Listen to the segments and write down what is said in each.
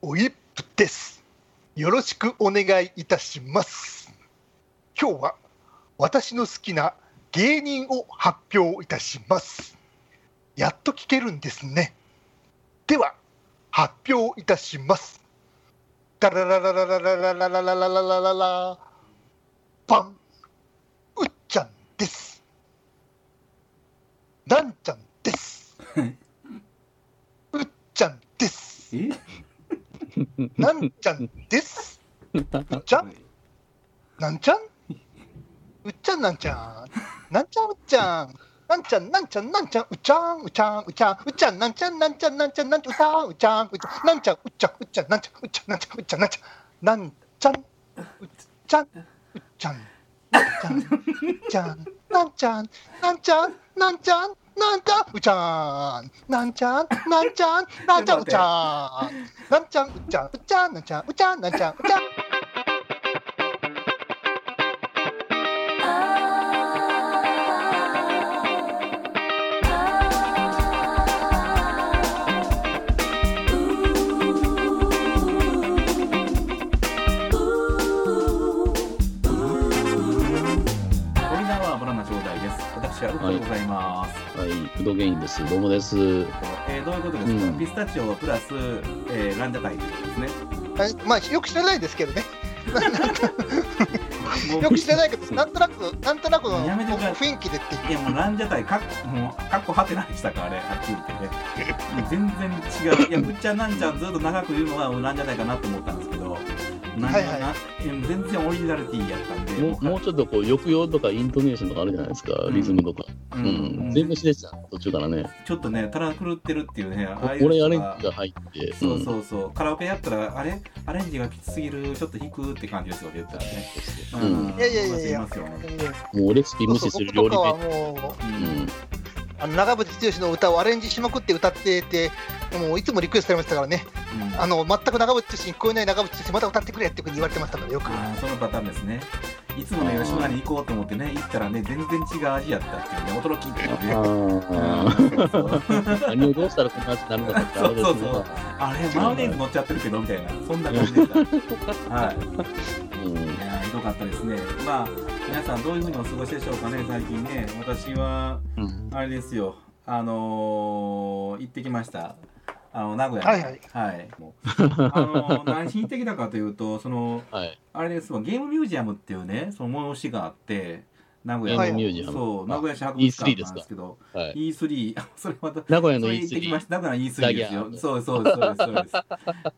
おいっぷです。よろしくお願いいたします。今日は私の好きな芸人を発表いたします。やっと聞けるんですね。では発表いたします。ダラララララララララララララララバンうっちゃんです。なんちゃんです。うっちゃんです。えなんちゃんです。うっちゃん、なんちゃん。うっちゃんなんちゃん。なんちゃんうっちゃん。なんちゃんなんちゃんなんちゃんうっちゃんうっちゃんうっちゃんうっちゃんなんちゃんなんちゃんなんちゃんなんちゃんうっちゃんうっちゃんなんちゃんうっちゃんうっちゃんなんちゃんうっちゃんなんちゃんうっちゃんなんちゃんなんちゃんうっちゃんうっちゃんうっちゃんなんちゃんなんちゃんなんちゃんなんちゃんうっちゃんなんちゃんなんちゃんなんちゃんうっちゃんなんちゃんうっちゃんうっちゃんなんちゃんうっちゃんなんちゃんうっちゃんオリナはブラナ正代です。私はウコでございます。はい、不動原因です。どうもです。えーどういうことですか、うんピスタチオプラス、えー、ランジャタイということですね。はいまあよく知らないですけど ね。もうよく知らないけど、なんとなく、なんとなくのやめてください雰囲気でっていう。いやもうランジャタイかっもうかっこはてなでしたかあれはっきり言ってね。全然違う。いやぶっちゃんなんちゃんずっと長く言うのはもうランジャタイかなと思ったんですけど。なんはいはいなえー全然オリジナリティやったんで、もうもうちょっとこう抑揚とかイントネーションとかあるじゃないですか、んリズムとか。ううんん、うん全部知れてた、途中からね。ちょっとね、ただ狂ってるっていうね、ああいう俺人アがレンジが入って、そううそんうそう、カラオケやったら、あれアレンジがきつすぎる、ちょっと弾くって感じですよ、言ったらね。うんういやいやいやいやまあそう言いますよねもうレシピ無視すそうそうる僕と料理かはもう、う名んあの長渕剛の歌をアレンジしまくって歌ってて、もういつもリクエストされましたからね。うんあの全く長渕剛に聞こえない長渕剛また歌ってくれっていうふうに言われてましたからよく。あーそのパターンですね。いつもね、あー吉村に行こうと思ってね、行ったらね、全然違う味やったっていうね、驚きっていうね。うんそあうそうあ、 何をどうしたらこんな味になるのかってあれですそうそう あれ、マヨネーズ乗っちゃってるけど、みたいな、そんな感じで した。はい。うんいやーひどかったですね。まあ、皆さんどういうふうにお過ごしでしょうかね、最近ね。私は、うんあれですよ、あのー、行ってきました。あの、名古屋はいはい。はい。もうあのー、何しに行ってきたかというと、その、はい、あれですわ、ゲームミュージアムっていうね、その催しがあって、名古ゲ屋はいームミュージアム。そう、名古屋市博物 E3 館なでんすでかす。けど、はい、 E3、あ それまた、名古屋そのれ行ってき E3 ました。名古屋の E3 ですダよ。ギャそうそうそうです、そうです。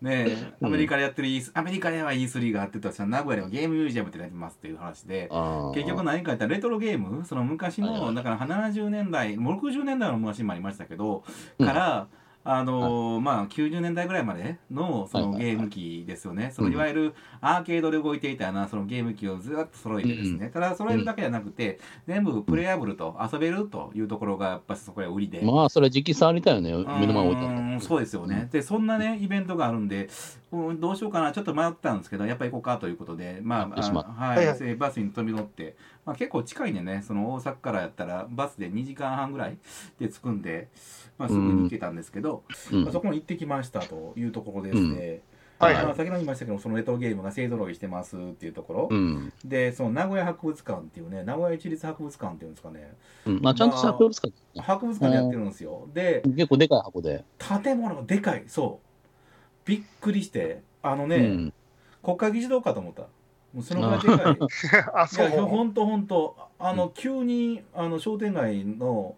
ねえ、うんアメリカでやってる E3、アメリカでは E3 があってたら、名古屋でもゲームミュージアムってなってますっていう話で、あー結局何か言ったらレトロゲームその昔の、はいはいだから70年代60年代の昔もありましたけど、うんからあのーまあ90年代ぐらいまでのそのはいはいゲはいーム機ですよね、そのうんいわゆるアーケードで動いていたようなそのゲーム機をずらっと揃えてですね、ただ揃えるだけじゃなくて、全部プレイアブルと遊べるというところがやっぱそこが売りで、まあ、それは時期差ありたよね、目うーんの前に置いたの。そうですよね、でそんなねイベントがあるんで、うんどうしようかなちょっと迷ったんですけどやっぱ行こうかということでまあ行ってしまうあは、はいいはいでバスに飛び乗って、まあ、結構近いんでねその大阪からやったらバスで2時間半ぐらいで着くんで、まあ、すぐに行けたんですけど、うんまあ、そこに行ってきましたというところですね、うんはいあはいの先ほど言いましたけどそのレトロゲームが勢ぞろいしてますっていうところ、うんでその名古屋博物館っていうね名古屋市立博物館っていうんですかねうんまあ、ちゃんとした博物館、博物館でやってるんですよで結構でかい箱で。建物でかいそうびっくりしてあのね、うん国会議事堂かと思ったもうそのぐらいで かいあいやほんとほんとあの、急にあの商店街の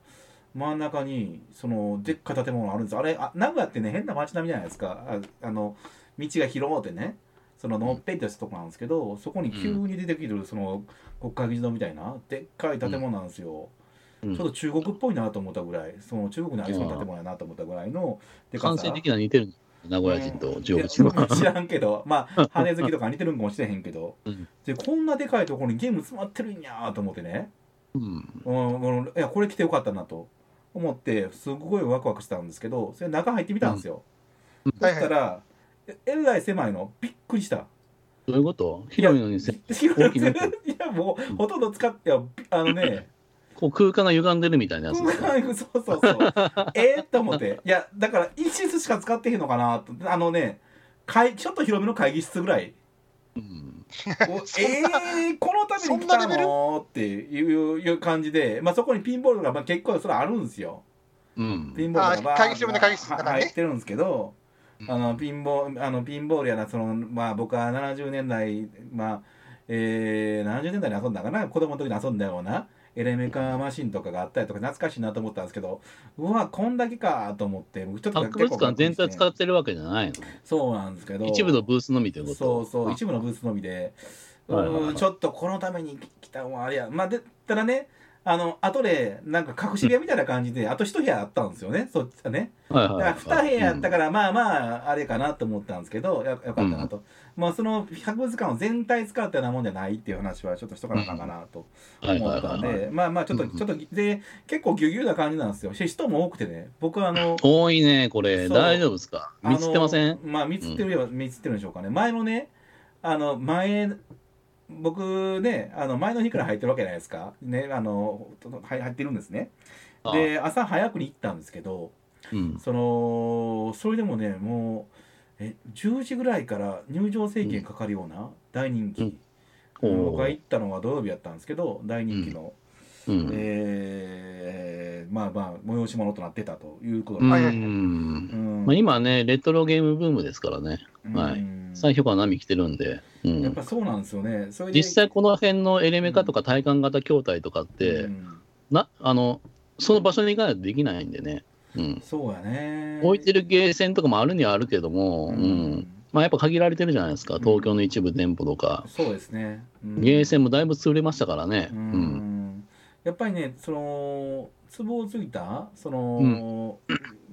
真ん中にそのでっかい建物あるんですあれあ名古屋ってね変な街並みじゃないですかああの道が広うてねそののっぺりとしたとこなんですけど、そこに急に出てきてるその国会議事堂みたいなでっかい建物なんですよ、うちょんっと中国っぽいなと思ったぐらい、その中国にありそうな建物やなと思ったぐらいのでか感さ。性的な似てる名古屋人と中国人いやは。知らんけど、まあ、羽好きとか似てるんかもしれへんけど、うんでこんなでかいところにゲーム詰まってるんやと思ってね、うんうんうん、いやこれ来てよかったなと思って、すごいワクワクしたんですけど、それ中入ってみたんですよ。はそいしたはい。ら、ええらい狭いの、びっくりした。どういうこと広いのにせ大きなやつ いや、もう、ほとんど使って、いやあのね、こう空間が歪んでるみたいなやつですか。うん そうそうそう。えー、と思って。いや、だから、一室しか使ってへんのかなと。あのね、会ちょっと広めの会議室ぐらいうんお そんなえー、このために来たそんなレベのっていういう感じで、まあ、そこにピンボールが、まあ、結構それあるんですよ。うんピンボールがバーあ会議室の会議室の中ね入ってるんですけど、うんあのピンボあのピンボールやなその、まあ、僕は70年代、まあえー、70年代に遊んだかな子供の時に遊んだようなエレメカマシンとかがあったりとか懐かしいなと思ったんですけどうわこんだけかと思ってちょっと博物館全体使っってるわけじゃないのそうなんですけど一部のブースのみということそうそうあ一部のブースのみで、はいはいはうんいちょっとこのために来たのはあれやまあでただねあの後でなんか隠し部屋みたいな感じで、あと一部屋あったんですよねそっちはねはいだはいかはらい2部屋あったから、まあまああれかなと思ったんですけどよよかったなと、まあその博物館を全体使ったようなもんじゃないっていう話はちょっとしとかなあかんかなとうんはい思はっいたんはいで、はいまあまあちょっと、うんうんちょっとで結構ギュギュな感じなんですよし人も多くてね僕はあ の多いねこれそう大丈夫ですかあの見つってませんまあ見つってるよ、見つってるんでしょうかね前のねあの前僕ねあの前の日から入ってるわけじゃないですかねあの入入ってるんですねあで朝早くに行ったんですけどうんそのそれでもねもうえ10時ぐらいから入場制限かかるような大人気、うん僕が行ったのは土曜日やったんですけど大人気の、うんえーまあまあ催し物となってたということうはいはいはいんうんまあ今ねレトロゲームブームですからねはいうん最評価の波来てるんでうやっんぱそうなんですよね。それで実際この辺のエレメカとか体感型筐体とかってうんなあのその場所に行かないとできないんでねうんそうやね。置いてるゲーセンとかもあるにはあるけども、ううんんまあ、やっぱ限られてるじゃないですか、東京の一部店舗とか、そうですね。うんゲーセンもだいぶ潰れましたからね、ううんんやっぱりね、そのツボをついたその、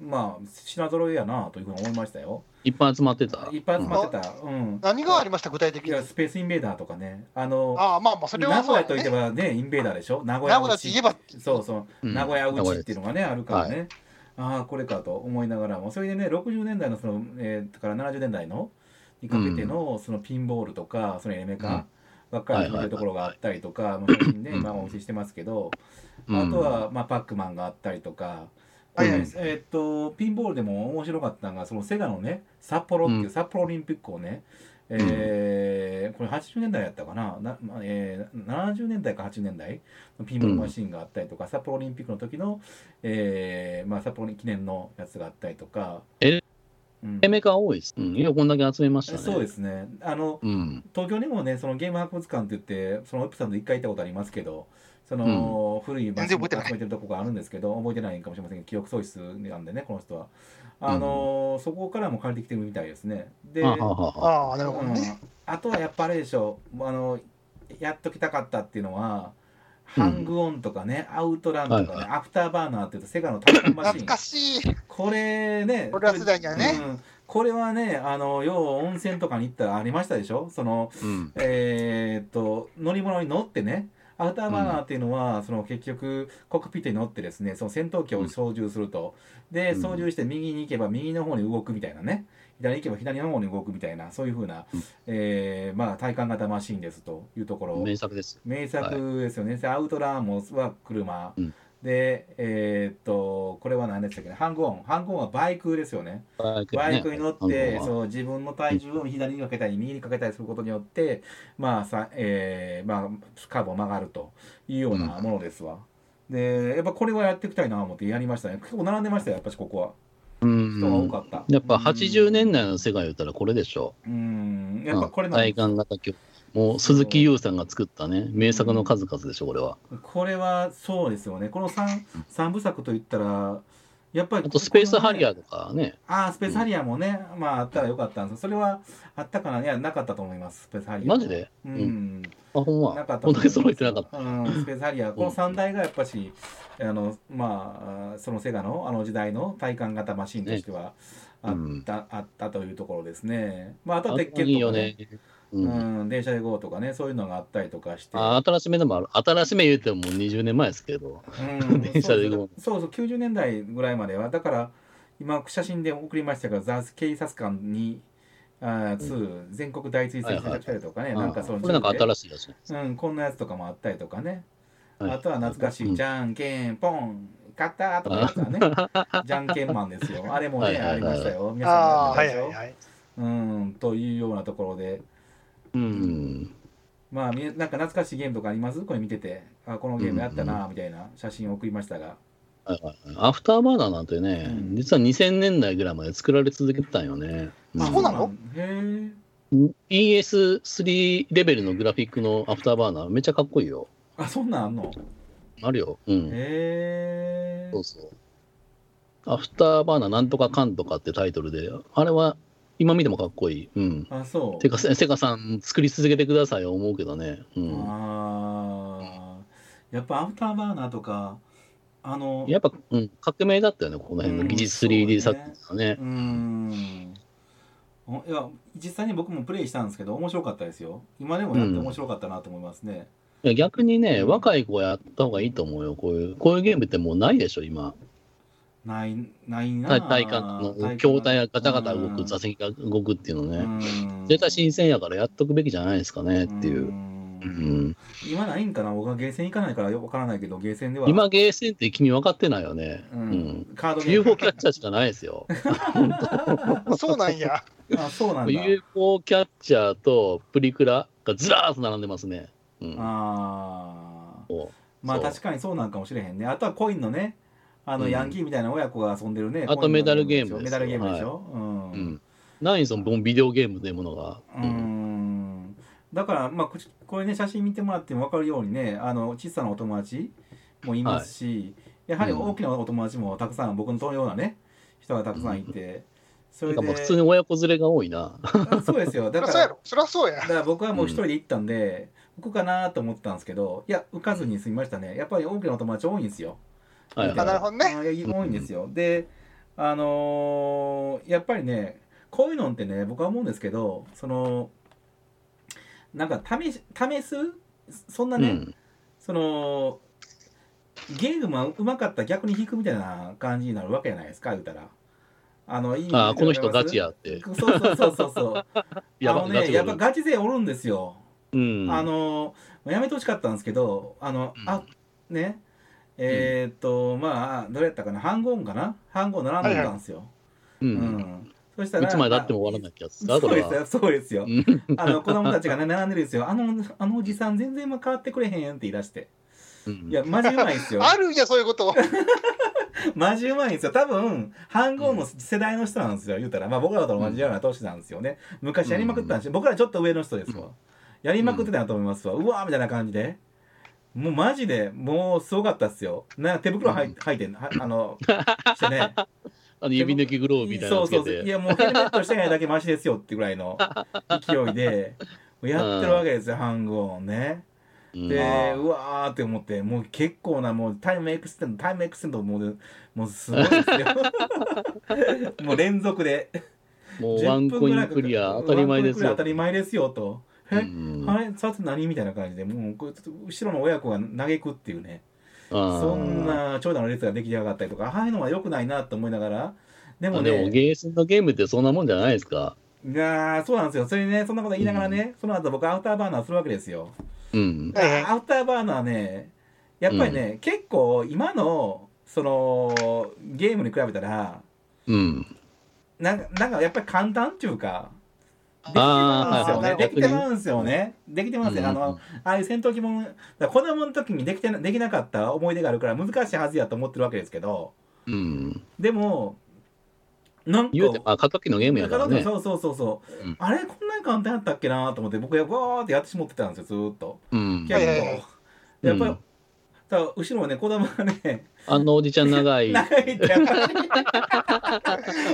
まあ品揃えやなというふうに思いましたよ。いっぱい集まってた。いっぱい集まってた。うん。何がありました具体的いにやスペースインベーダーとかね、あのああまあまあそれ名は古そう屋やといえねばねインベーダーでしょ。名古名屋古屋と口いえばそうそう。うん名古屋うちっていうのがねあるからはね、ああこれかと思いながらもそれでね60年代のその、えーから70年代のにかけてのそのピンボールとかそのエレメカばっかり見てるところがあったりとか、もう最近ねうん今お見せしてますけど、うんあとは、まあ、パックマンがあったりとか。はいはいえーえーっとピンボールでも面白かったのがそのセガのね札幌っていううん札幌オリンピックをね、えーこれ80年代やったかなな、まあえー70年代か80年代のピンボールマシンがあったりとか、札幌オリンピックの時の、えーまあ、札幌記念のやつがあったりとか、エうんエレメカ多いです。うん、ようこんだけ集めましたね。そうですねあのうん、東京にもねそのゲーム博物館って言ってそのオプさんと一回行ったことありますけどその、古いマシンを集めてるとこがあるんですけど覚えてないかもしれませんけど記憶喪失なんでねこの人はあの、そこからも借りてきてるみたいですねであはははは。ああなるほどね、うんあとはやっぱあれでしょあのやっときたかったっていうのはハングオンとかね、アウトランとかね、はいアフターバーナーっていうとセガの単ンマシン懐かしいこれね俺ら世代にはねうんこれはねあの要は温泉とかに行ったらありましたでしょそのうんえーっと乗り物に乗ってねアウターバーナーっていうのは、その結局コックピットに乗ってですねその戦闘機を操縦すると、でうん操縦して右に行けば右の方に動くみたいなね左に行けば左の方に動くみたいなそういうふうな、うんえーまあ、体感型マシンですというところ名作です。名作ですよね、でアウトラーもは車、うんでえーっとこれは何でしたっけねハングオンハングオンはバイクですよねバイク,、バイクに乗って、うそう自分の体重を左にかけたり右にかけたりすることによって、まあさえーまあ、カーブを曲がるというようなものですわ。でやっぱこれはやっていきたいなと思ってやりましたね結構並んでましたよやっぱしここはうん人が多かった、やっぱ80年代の世界言ったらこれでしょ。うんやっぱこれうんなんで体す感型筐もう鈴木優さんが作ったね、名作の数々でしょ、これは。これはそうですよねこの 3, 三部作といったらやっぱりあと、スペースハリアーーとかね、ああスペースハリアーもね、まああったらよかったんですそれはあったかないやなかったと思いますスペースハリアーマジでうん、うあ、ほんなまかっ。たこんだけ揃えてなかった。た。うん、スペースハリアー、この3台がやっぱし、あの、まあ、そのセガのあの時代の体感型マシンとしては、あうっんた、あったというところですね。まあ、あとはあ鉄い拳いとよかねね。。ううんん、電車で GO とかね、そういうのがあったりとかして。あ新しめでもある。新しめ言うてももう20年前ですけど。 うん、電車で GO そうそうそうそう90年代ぐらいまではだから今写真で送りましたけどザ警察官にあー2、全国大追跡はいはいされたりとかね、あなんかそのこれなんか自分で新しいやつね。うん、こんなやつとかもあったりとかね、はいあとは懐かしい、うんじゃんけんポン勝った とかやつはねじゃんけんマンですよあれもねはいはいはいありましたよ皆さんああやはっいはてたでしょ、いはいうんというようなところでうん。まあみなんか懐かしいゲームとかありますこれ見ててあこのゲームやったなみたいな写真を送りましたが、アフターバーナーなんてね、うん実は2000年代ぐらいまで作られ続けてたんよね。あそうなのへ ES3 レベルのグラフィックのアフターバーナー、めっちゃかっこいいよ。えあそんなんあんのあるよ。うん。へえそうそう。アフターバーナーなんとかかんとかってタイトルで、あれは今見てもかっこいい。うん。あそうてか、せセカさん作り続けてください思うけどね。うん。あーやっぱアフターバーナーとかあのやっぱ、うん、革命だったよね、この辺の技術うん 3D そ作うね品はねう。ーんおいや実際に僕もプレイしたんですけど面白かったですよ今でもやって面白かったなと思いますね、いや逆にね、うん若い子やった方がいいと思うよ。こういう、こういうゲームってもうないでしょ、今。ないないな体体感の筐体がガタガタ動く、座席が動くっていうのね。絶絶対新鮮やからやっとくべきじゃないですかねっていう。うん、今ないんかな僕はゲーセン行かないからよくわからないけどゲーセンでは今、ゲーセンって君分かってないよね。ううんん。カードゲー UFO ムキャッチャーしかないですよ。そうなんや。あそうなんだ UFO キャッチャーとプリクラがずらーっと並んでますね。うん。あーそうまあそう確かにそうなんかもしれへんねあとはコインのねあのうんヤンキーみたいな親子が遊んでるね、コあとインのメダルゲームですメダルゲームでしょ、うんうん。ないそのボンビデオゲームというものが。うーんだから、まあ、ここれね写真見てもらっても分かるようにねあの小さなお友達もいますし、やはりうん大きなお友達もたくさん、僕のとのようなね人がたくさんいて、そなれんかでもう普通に親子連れが多いな。あそうです よだそりゃそうやからろ。そりゃそうやだ。から僕はもう一人で行ったんで、浮くかなと思ったんですけどいや浮かずに済みましたねやっぱり大きなお友達多いんですよ。はいあなるは。ほどね。あいや多いんですよ。で、あのーやっぱりね、こういうのってね、僕は思うんですけど、その、なんか試し、試す、そんないうね、ん。その、ゲームがうまかったら逆に引くみたいな感じになるわけじゃないですか、言うたら。あの、いいあーこの人ガチ。やって。そうそうそうそうそう。あ やばのガね、チややっぱガチ勢おるんですよ。うん。あのやめてほしかったんですけどあの、うんあねえーっと、まあどれやったかなハンゴンかなハンゴン並んでたんですよ、う。うんそしたらいつまでだっても終わらないいやつそか、そうれですは。よそうですようんあの子供たちがね並んでるんですよあのあのおじさん全然今変わってくれへんって言い出してうんいやマジうまいんですよあるじゃん、そういうこと。マジうまいんですよ多分ハンゴンの世代の人なんですよ言うたらまあ僕らと同じような年なんですよね昔やりまくったんですよ僕らちょっと上の人ですわやりまくってたなと思いますわうわーみたいな感じでもうマジでもうすごかったっすよな手袋はい履いてんはあ のしてねあの指抜きグローブみたいなそのうつけそうそういて。やもうヘルメットしてないだけマシですよってぐらいの勢い でやってるわけですよハンゴンねうんでううわーって思ってもう結構なもうタイムエクステンドタイムエクステンドもうもうすごい ですよもう連続でもうワンコインクリア当たり前ですワよンコインクリア当。たり前ですよとうえ、んあれさて何みたいな感じでもうこうちょっと後ろの親子が嘆くっていうねあーそんな長蛇の列ができ上がったりとかああいうのは良くないなと思いながらでもあねでもゲーセンのゲームってそんなもんじゃないですか。いやーそうなんですよそれでねそんなこと言いながらね、その後僕アウターバーナーするわけですようん。はいはいアウターバーナーねやっぱりね、結構今のそのゲームに比べたらうん。なんかなんかやっぱり簡単っていうかできてますあよね、ーはいはいできてますよねできてますよ、あのああいう戦闘機もだから子供の時にできてなできなかった思い出があるから難しいはずやと思ってるわけですけどうんうん。でもなんか言うて、まあ、過渡期のゲームやからね。そうそうそうそう、うんあれこんなに簡単やったっけなと思って僕はわーってやってしまってたんですよずーっとうん。結構、はいはいはいやっぱり、うんただ後ろはね子供がねあのおじちゃん長い。長いってやっぱり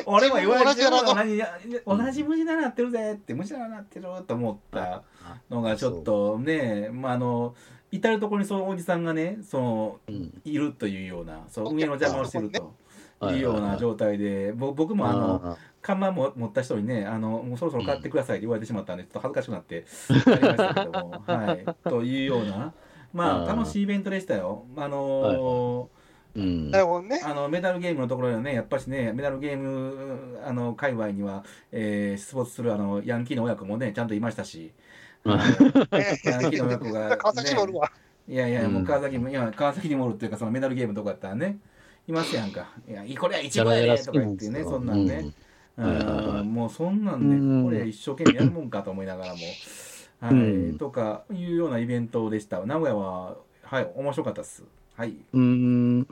俺も言われて自る分も同じ同じ虫ななってるぜって虫ななってると思ったのがちょっとねまああの至る所にそのおじさんがねそのうんいるというようなそう運営の邪魔をしてるとはいいうような状態でぼ僕もあのあ看板も持った人にねあのもうそろそろ買ってくださいって言われてしまったんで、ちょっと恥ずかしくなってやりましたけど も、はい、というようなまああー楽しいイベントでしたよ。あのーうんなるほどねー。あのメダルゲームのところにはねやっぱしねメダルゲームあの界隈には、えー、出没するあのヤンキーの親子もねちゃんといましたし。うん あのね昨日の子がね川崎市おるわ。いやいや、うんもう川崎も、いや、川崎にもおるっていうか、そのメダルゲームとかやったらね、いますやんか。いや、これは一ジャ番ラジャやラね好ときかな言っんてですね、よそんなんね。。はいはいはいうんもうそんなうんんでこれ一生懸命やるもんかと思いながらも、はいうんとかいうようなイベントでした名古屋ははい面白かったっすはいうん。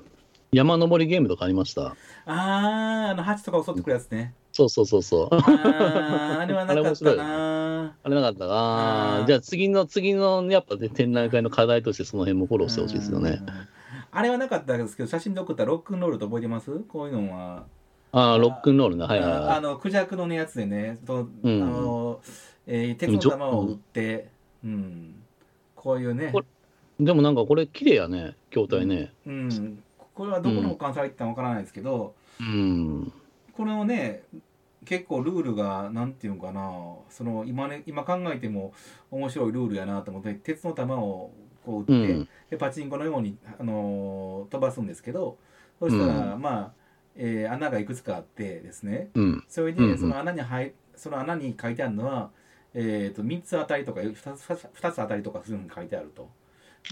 山登りゲームとかありました。あーあのハチとか襲ってくるやつねそうそうそうそう。 あーあれはなかったなあれなかったあなーじゃあ次の次のやっぱね展覧会の課題としてその辺もフォローしてほしいですよね。うんあれはなかったですけど写真で送ったロックンロールと覚えてますこういうのはああ、ロックンロールな。はいはいああはのクジャクのねやつでねと、うんあの、えー鉄の玉を売って、うん、こういうねこ、い。でもなんかこれ綺麗やね、筐体ね。うん、これはどこの関西行ったのかわからないですけど、うん。これをね結構ルールがなんていうのかなその今,、ね、今考えても面白いルールやなと思って鉄の玉をこうう売って、ん。でパチンコのように、あのー飛ばすんですけどそしたら、まあ、えー穴がいくつかあってですね、うん。それうんうでんその穴に入その穴に書いてあるのは、えー、と3つ当たりとか 2, つ二つ当たりとかするのに書いてあると。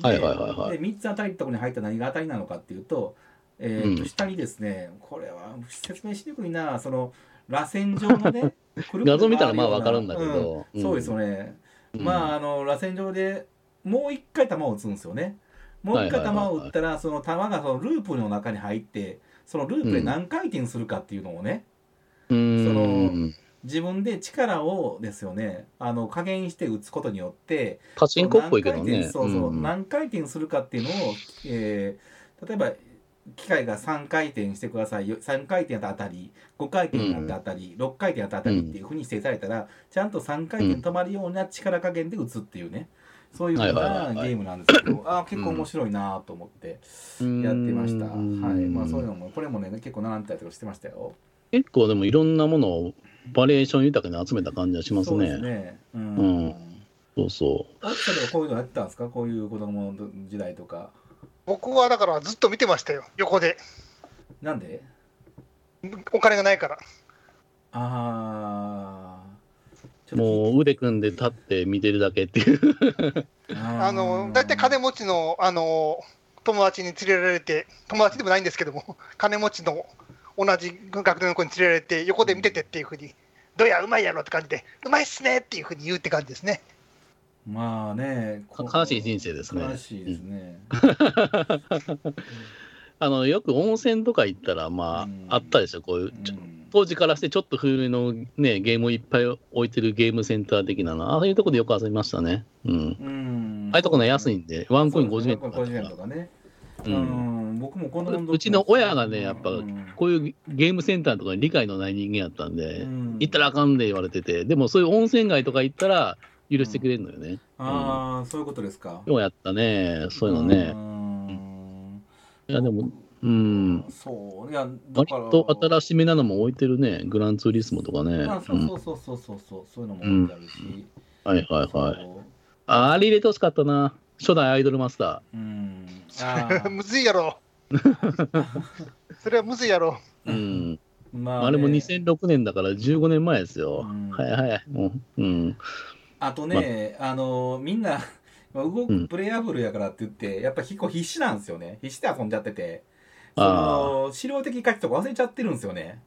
ではいはいはいはいで3つ当たりのところに入った何が当たりなのかっていうと,、えーとうん下にですねこれは説明しにくいなその螺旋状 のねくるくる回るような画像見たらまあわかるんだけど。うんそうですよね、うんまああの螺旋状でもう一回球を打つんですよねもう一回球を打ったらその球がそのループの中に入ってそのループで何回転するかっていうのをね、うん。その自分で力をですよねあの加減して打つことによってパチンコっぽいけど何回ね。転そうそう、ん何回転するかっていうのを、えー例えば機械が3回転してくださいよ3回転当たり5回転当たり、6回転当たりっていうふうに指定されたら、ちゃんと3回転止まるような力加減で打つっていうねそういうふうはいはいなはいゲはいームなんですけ どあー結構面白いなと思ってやってました、うんはいまあそういうのもこれもね結構並んでたりとかしてましたよ結構でもいろんなものをバリエーション豊かに集めた感じがしますそうですね。ねううんそうそあきさんとかこういうのやってたんですかこういう子供の時代とか。僕はだからずっと見てましたよ、横で。なんでお金がないから。ああ。う。もう腕組んで立って見てるだけっていう。 ああの、大体金も。持ちの、あの、友達に連れられて、友達でもないんですけども、金持ちの同じ学年の子に連れられて、横で見ててっていうふうに、どや、うまいやろって感じで、うまいっすねっていうふうに言うって感じですね。まあね。こ悲しい人生ですね悲しいですね。あのよく温泉とか行ったらまうんああったでしょこういうちょうん当時からしてちょっと古いのねゲームをいっぱい置いてるゲームセンター的なのああいうとこでよく遊びましたねうんうん。ああいうとこね安いんでワンコインそうです50ね円とかワンコイだかン50円らとかね。ううんん。僕もこのうちの親がねやっぱこういうゲームセンターとかに理解のない人間やったんで行ったらあかんで言われててでもそういう温泉街とか行ったら許してくれるのよねああ、そういうことですか。ようやったねそういうのねね。いやでもうんそう。いや、だ割からと新しめなのも置いてるねグランツーリスモとかねあそううんそうそうそうそうそうそういうのもあるし、はいはいはいそうああれ入れてほしかったな。初代アイドルマスタうんあ むずいや ろ。それはむずいやろ。ー。うん。ーまねあれも2006年だから15年前ですよ。うんはいはい。もう、うん。あとね、あのーみんな 動くプレイアブルやからって言って、やっぱ結構必死なんですよね必死で遊んじゃっててその資料的価値とか忘れちゃってるんですよね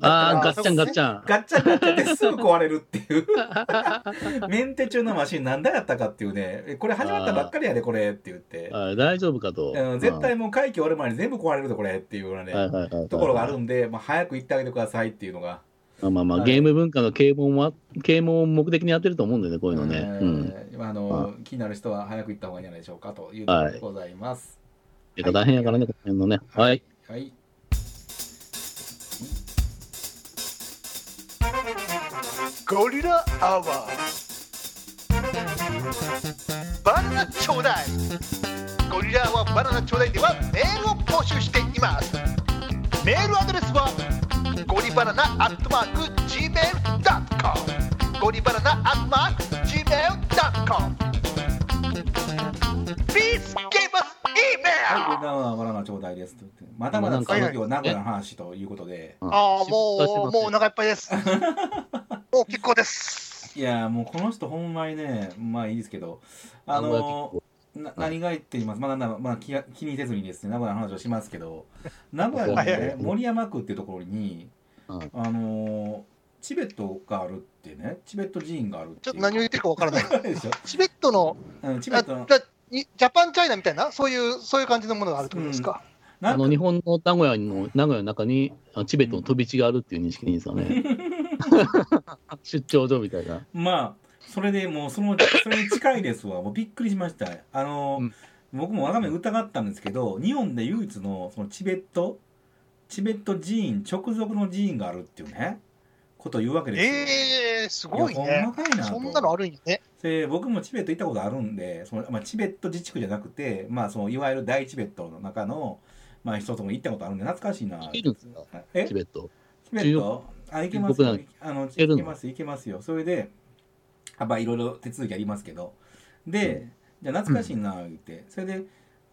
ああ、だからガッチャンガッチャン。ガッチャンガッチャンってすぐ壊れるっていう メンテ中のマシンなんだやったかっていうねえこれ始まったばっかりやでこれって言って、あ大丈夫かと。うん、絶対もう会期終わる前に全部壊れるでこれっていうようなね、うん。はいはいはいはいところがあるんで、まあ、早く行ってあげてくださいっていうのが、まあまあまあ、はいゲーム文化の啓蒙は、啓蒙を目的にやってると思うんだよね、こういうのね。うん。えーまああはの気になる人は早く行った方がいいんじゃないでしょうかというところでございます。てか大変やからね、この辺のね。はい。はい。ゴリラアワー。バナナちょうだい。ゴリラアワーバナナちょうだいではメールを募集しています。メールアドレスはゴリバナナアットマーク gmail.com ゴリバナナアットマーク gmail.com Please give us はい、こ email! れからはバナナちょうだいですと言って、まだまだ続きを名古屋の話ということで、ああ、失敗してもう、ますもうお腹いっぱいです。 もう結構です。いやーもうこの人ほんまにね、まあいいですけど、あ名古屋のーな何が言っています、まあ、なまあ気が気にせずにですね、名古屋の話をしますけど、名古屋のはいはねい森山区っていうところに、うんあのーチベットがあるってねチベット寺院があるってちょっと何を言ってるかわからない。る でしょチベットの、うんチベあッじトのゃあにジャパンチャイナみたいな、そういう、そういう感じのものがあるってことですか。なあんかの日本の名古屋の名古屋の中にあチベットの飛び地があるっていう認識でいいんですかね。 出張所みたいな。まあそれでもうそのそれに近いですわもうびっくりしましたあの、うん僕も我が目疑ったんですけど日本で唯一のそのチベットチベット寺院直属の寺院があるっていうねことを言うわけですよ。ええー、すごいいやねほ。んまかいなとそんなのあるんやね。で僕もチベット行ったことあるんでその、まあ、チベット自治区じゃなくて、まあ、そのいわゆる大チベットの中の、まあ、人とも行ったことあるんで懐かしいな。いるんですかえチベット。チベットあ、行けます中よ国。あの、ける行けのます、行けますよ。それで、あ、まあ、いろいろ手続きありますけど。で、じゃあ懐かしいな、言って。それで、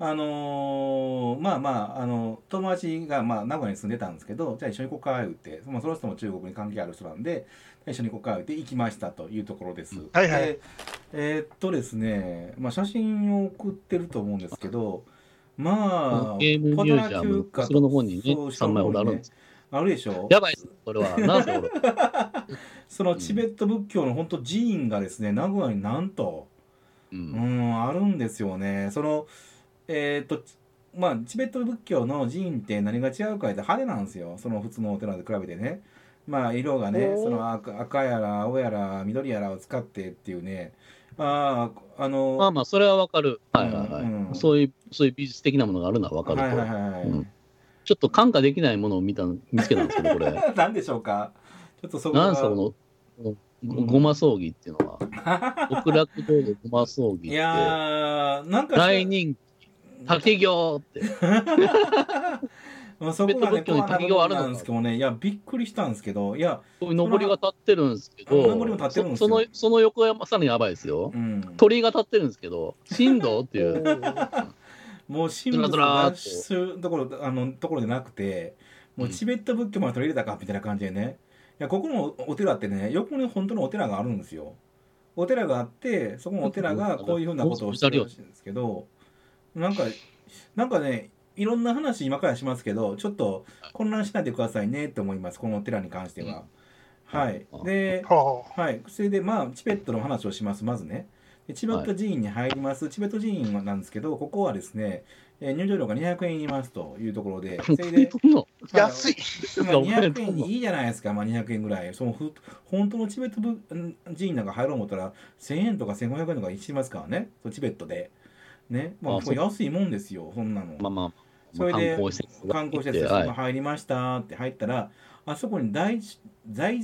あのーまあまあ、あの、友達が、まあ、名古屋に住んでたんですけど、じゃあ一緒に行こうか、言って。まあ、その人も中国に関係ある人なんで、一緒に行こうか、言って行きましたというところです。はいはいでえーっとですね、まあ、写真を送ってると思うんですけど、まあ、ゲームミュージアムの後ろの方にね、そう3枚ほどあるんです。あるでしょやばいです、これは。 なんすか、これ。そのチベット仏教の本当寺院がですね名古屋になんと、う。うんん、あるんですよね。そのえっとちまあチベット仏教の寺院って何が違うかって派手なんですよその普通のお寺と比べてね。まあ色がねおーその赤赤やら青やら緑やらを使ってっていうねあああのまあまあ、それはわかる。はいはいうんうんうはんい。そういう、そういう美術的なものがあるのはわかるはいはいと。はいはい、うんちょっと感化できないものを見た、見つけたんですけ ど、これ。何でしょうかちょっとそこがなんすか、この、このごま葬儀っていう のは。極楽堂のごま葬儀いって、やーなんか大人気、竹行って。まあ、そこがね、ペットボトルに滝行あるのかなんですけどね、いや、びっくりしたんですけど、いや、こういう上りが立ってるんですけど、その上りも立ってるんですよそそのその横はさらにやばいですよう。ん、鳥居が立ってるんですけど、神道っていう。もう神仏ずらずらーっのとするところ、あの、ところじゃなくて、もうチベット仏教まで取り入れたか、みたいな感じでね。いや、ここのお寺ってね、横に本当のお寺があるんですよ。お寺があって、そこのお寺がこういうふうなことをしてるらしいんですけど、なんか、なんかね、いろんな話今からしますけど、ちょっと混乱しないでくださいねって思います、このお寺に関しては。はい。で、ははい、それでまあチベットの話をしますまずねでチベット寺院に入ります、チベット寺院なんですけどここはですね、えー入場料が200円いりますというところでそれ で、そんなあ、安い。まあ、200円いいじゃないですか、まあ、200円ぐらいそのふ本当のチベットぶん寺院なんか入ろう思ったら1000円とか1500円とかしますからねそうチベットでねまああそう安いもんですよそんなの、まあまあ、それで観光施設が観光施設はがい、入りましたって入ったらあそこに大大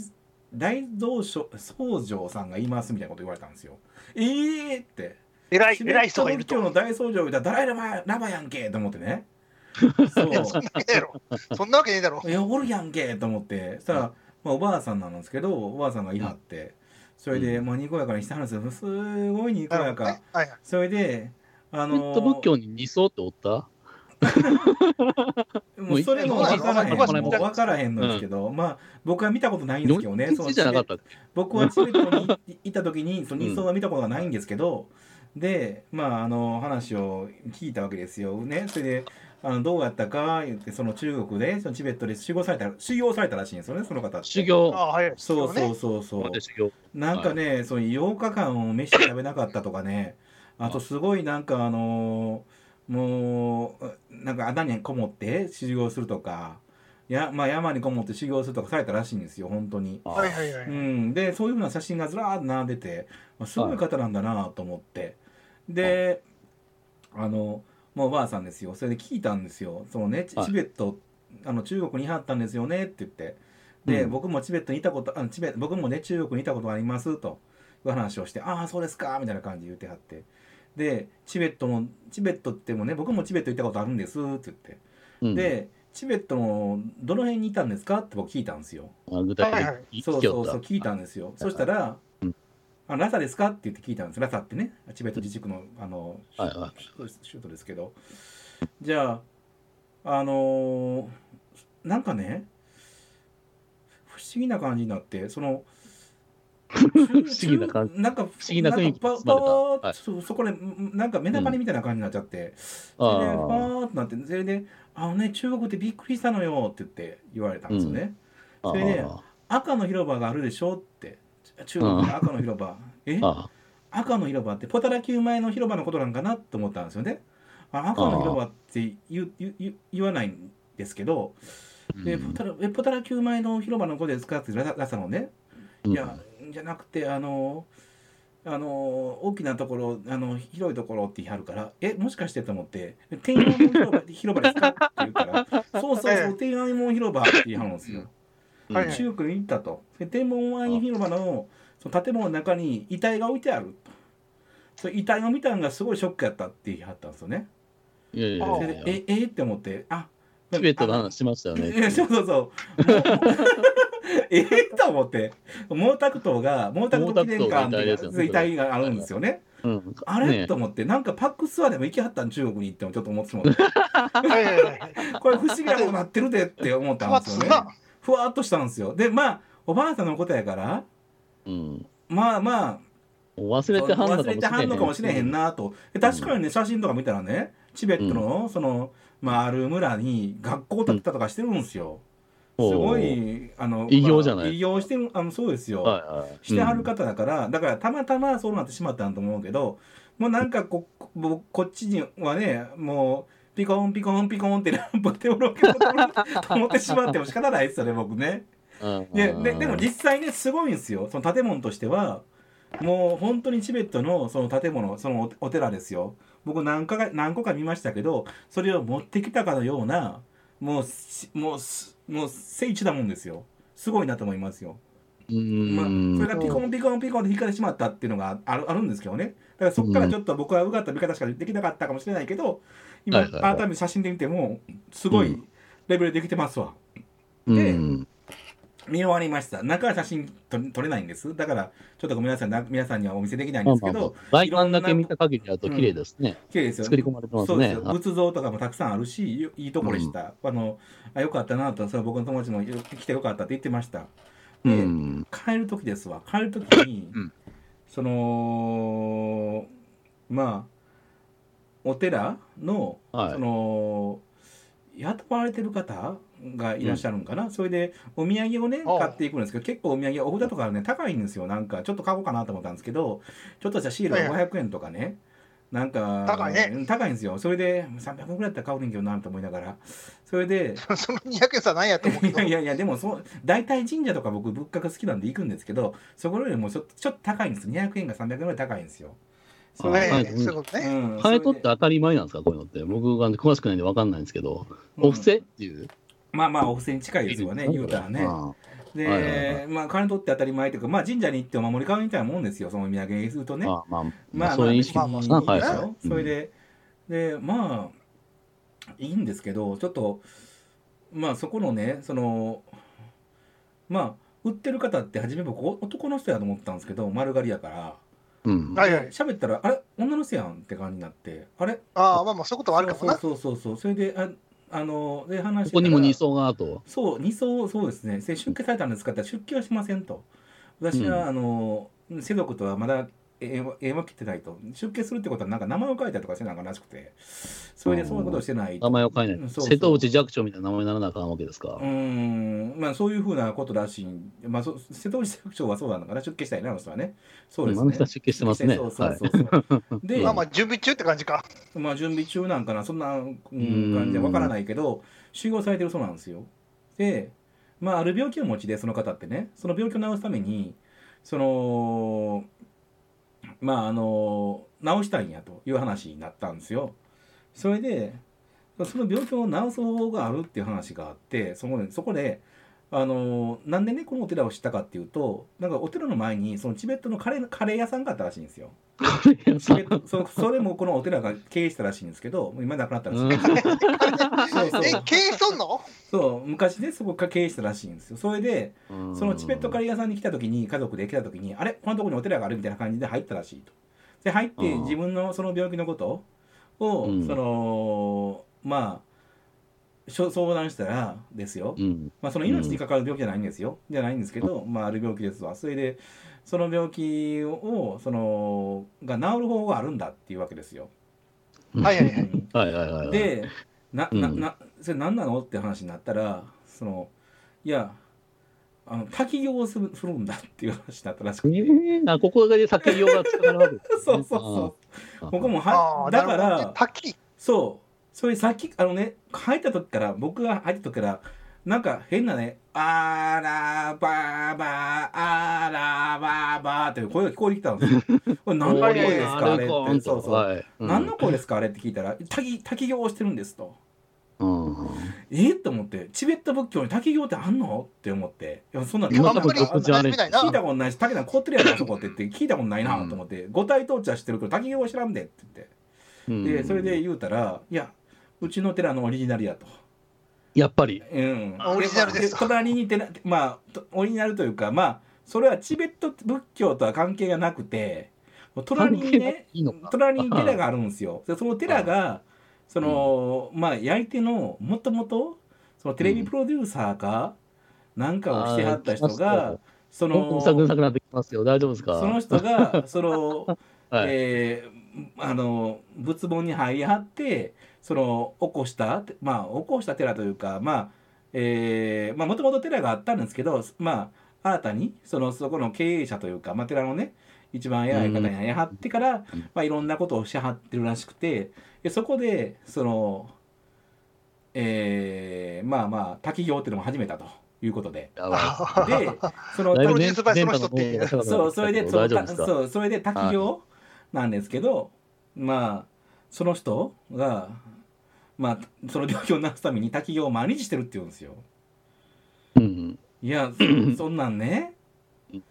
大蔵省僧正さんがいますみたいなこと言われたんですよ。えーって。偉い、チベ偉いッ人トがいる仏と教。の大僧正を言ったらダライラマラマやんけと思って ね。そやろそんなわけねえだろう。。いやおるやんけと思って。そしたら、まあ、おばあさんなんですけどおばあさんがいはって。それで、うまあにこやかにしてはるんですよ。すごいにこやはいか。はい。それであチベのット仏教に理想っておったもうそれも分からへんもう分からへんのですけど、まあ僕は見たことないんですけどね全その然じゃなかったっけ僕はチベットにい いた時にその日層は見たことがないんですけど、でまああの話を聞いたわけですよねそれであのどうやったか言ってその中国でそのチベットで修行された修行されたらしいんですよねその方って修あ行、あ、はい。そうねそうそうそう、また修行。なんかね、その8日間を飯食べなかったとかね、あとすごいなんかあのーもう、なんか穴にこもって修行するとか、やまあ、山にこもって修行するとかされたらしいんですよ、本当に。はいはいはい。うん、で、そういうふうな写真がずらーっと並んでて、まあすごい方なんだなと思って。で、あの、まあ、おばあさんですよ、それで聞いたんですよ、そのね、チはいチベット、あの中国にいはったんですよねって言って。で、うん僕もチベットにいたことあのチベ僕もね中国にいたことがありますという話をしてああそうですかみたいな感じで言ってはってでチベットのチベットってもね僕もチベット行ったことあるんですって言って、うん、でチベットのどの辺にいたんですかって僕聞いたんですよあ具体はいはい的にそうきよそっうたそう聞いたんですよ、そしたら、うんあラサですかって言って聞いたんですラサってねチベット自治区のあのはいはシュートですけどじゃああのーなんかね不思議な感じになってそ の不思議な感じなんか不思議な雰囲気に包まれたはいそそこでんなんか目玉にみたいな感じになっちゃって、あそれでファーーってなってそれで「あのね中国ってびっくりしたのよ」って言って言われたんですよね。あそれであ赤の広場があるでしょって中国の赤の広場えあ赤の広場ってポタラ級前の広場のことなんかなと思ったんですよねあ赤の広場って言う言う言う言わないんですけどでポタラえポタラ級前の広場のことで使ってら出したのねうんいやじゃなくてあのあの大きなところあの広いところって言い張るからえもしかしてと思って「天安門広場広場です か?」って言うから「そうそうえそえう天安門広場」って言い張るんですよ。うんはい中国に行ったと。で天文湾広場のその建物の中に遺体が置いてあると。その遺体を見たのがすごいショックやったって言い張ったんですよね。いやいやあそれいでやいやええって思って、あチベットの話しましたよいやね。そうそうそう。もうええと思って、毛沢東が毛沢東記念館毛沢東ので遺遺体体があるんですよね。うんあれ、ねと思って、なんかパックスワでも行きはったん中国に行ってもちょっと思ってしまって、はいはいはい。これ不思議なことなってるでって思った変んわったですすよね。な。ふわっとしたんですよ。で、まあ、おばあさんのことやから、うんまあまあ、忘れてはんのか忘れもしれへん。てはんのかもしれへんなと、で確かにね写真とか見たらねチベットのその、まあ、ある村に学校建てたとかしてるんですよ、おう。すごいあの偉業じゃないまあ偉業してるあのそうですよ、はいはいしてはる方だから、だからたまたまそうなってしまったんだと思うけどもうなんかこここっちにはねもうピコンピコンピコンってランプ手をロケットと思ってしまっても仕方ないですよね僕ね。うんでででも実際ねすごいんですよその建物としてはもう本当にチベットのその建物そのおお寺ですよ僕何かが何個か見ましたけどそれを持ってきたかのようなもうしもうすもう聖地だもんですよすごいなと思いますよ、うんまあ、それがピコンピコンピコンで引かれてしまったっていうのがあるあるんですけどねだからそこからちょっと僕はうがった見方しかできなかったかもしれないけど今はいはいはい改めて写真で見てもすごいレベルできてますわ。でうん見終わりました。中は写真撮撮れないんです。だから、ちょっとごめんなさい。な皆さんにはお見せできないんですけまあまあど、まあ外観だけ見た限りだと綺麗ですね。綺麗ですよ作り込まれてますそうですねよ。。仏像とかもたくさんあるし、よいいところでした。あの、あよかったなと、それは僕の友達もよ来てよかったって言ってました。うで、ん。帰る時ですわ。帰る時に、うんその、まあ、お寺の、はいその、雇われてる方がいらっしゃるんかな、それでお土産をねああ買っていくんですけど結構お土産お札とかね高いんですよなんかちょっと買おうかなと思ったんですけどちょっとしたシールはが500円とかねなんか高いねうん高いんですよそれで300円ぐらいだったら買うねんけどなと思いながらそれでその200円差なんやと思うけいどや。いやいやでもそう大体神社とか僕仏閣好きなんで行くんですけどそこよりもちょっとちょっと高いんです200円が300円ぐらい高いんですよ。 そはれいではあい、そういうことね。うん替え取それっでて当たり前なんですか、こういうのって。僕が詳しくないんで分かんないんですけど、うんお布施っていう。まあまあお布施に近いですよね言うたらね。あで、はいはいはまあ金取って当たり前というかまあ神社に行ってお守り買うみたいなもんですよそのお土産にするとあね。まあまあ、ままあまあ、そうあいう意別識まあまにあいいまあですはよいそれで、でまあいいんですけどちょっとまあそこのねそのまあ売ってる方って初め僕お男の人やと思ったんですけど丸刈りやからうん。はいはい。喋ったら「あれ女の人やん」って感じになって「あれああ、まあまあ、そういうことはあるかもな。そうそうそうそうそれでああので話こしてたこらにも二層があと。そう、二層、そうですね。で出家されたんですかって言ったら出家はしませんと。私は、うあの、世族とはまだ縁は縁は切ってないと。出家するってことは、なんか名前を変えたりとかしてなんからしくて。それでうんそういうことをしてない名と。前を変えない。うんそうそう瀬戸内寂聴みたいな名前にならなあかんわけですか。うーん、まあそういうふうなことらしい。まあ、そ瀬戸内寂聴はそうなのかな。出家したいな、あの人はね。そうです今のね。人は出家してますね。そうそうはそうそう。 で、まあまあ、準備中って感じか。まあ準備中なんかなそんな、うんん感じはわからないけど修行されてるそうなんですよ。でまあある病気をお持ちでその方ってねその病気を治すためにそのまああの治したいんやという話になったんですよ。それでその病気を治す方法があるっていう話があってそこでそこであのなんでねこのお寺を知ったかっていうとなんかお寺の前にそのチベットのカレーカレー屋さんがあったらしいんですよ。い。チベットそそれもこのお寺が経営したらしいんですけどもう今なくなったらしいですそうそうえ、経営すんの そう昔ねそこが経営したらしいんですよそれでうんそのチベットカレー屋さんに来た時に家族で来た時にあれこのとこにお寺があるみたいな感じで入ったらしいとで入ってうん自分のその病気のことを、うんそのまあしょ相談したらですよ、うん。まあ、その命に関わる病気じゃないんですよ、じゃないんですけど、まあ、ある病気ですわそれでその病気をそのが治る方法があるんだっていうわけです よはいはいはい。うんはいはいはいはい。、でな、うんななそれ何なのって話になったらそのいやあの滝行をするするんだっていう話だったらしくて、ねえあここで酒用がつながるわけですね そうそうそう僕もはあーだなかるほどねら滝そうそれさっきあのね入った時から僕が入った時からなんか変なね「あらばばあらばば」っていう声が聞こえてきたんです よ。これ何の声ですかあれコっンて。そとうそう。はいうん何の声ですかあれって聞いたら「滝滝行をしてるんです」と。うんえっと思ってチベット仏教に滝行ってあんのって思っていやそんなんいや聞あいんたまりことあんな馴染みないな聞いたことないし滝なんか凍ってるやろあそこって言って聞いたことないなと思って五体統治はしてるけど滝行は知らんでって言って。うんでそれで言うたら「いやうちの寺のオリジナルや」と。やっぱりうんあオリジナルですか隣に寺まあとオリジナルというかまあそれはチベット仏教とは関係がなくて隣にねいいのか隣に寺があるんですよ。でその寺がその、まあ焼いてのもともとそのテレビプロデューサーか、なんかをしてはった人あがーそ本当のにサクサクなってきますよ大丈夫ですかその人がそのはいえーあの仏門に入りはってその起こしたまあ起こした寺というかまあえーまあもともと寺があったんですけどまあ新たにそのそこの経営者というか、まあ、寺のね一番偉い方になりはってから、うんまあ、いろんなことをしはってるらしくてでそこでそのえーまあまあ滝行っていうのも始めたということ で。やばいあーでそのだいぶプロデューねスバイその人っていう電波の方そう、がそれで、そ大う、丈夫ですたかそう、それで滝行なんですけど、まあ、その人が、まあ、その病気を治すために滝行を毎日してるって言うんですよ。うんいや、そそんなんねうん、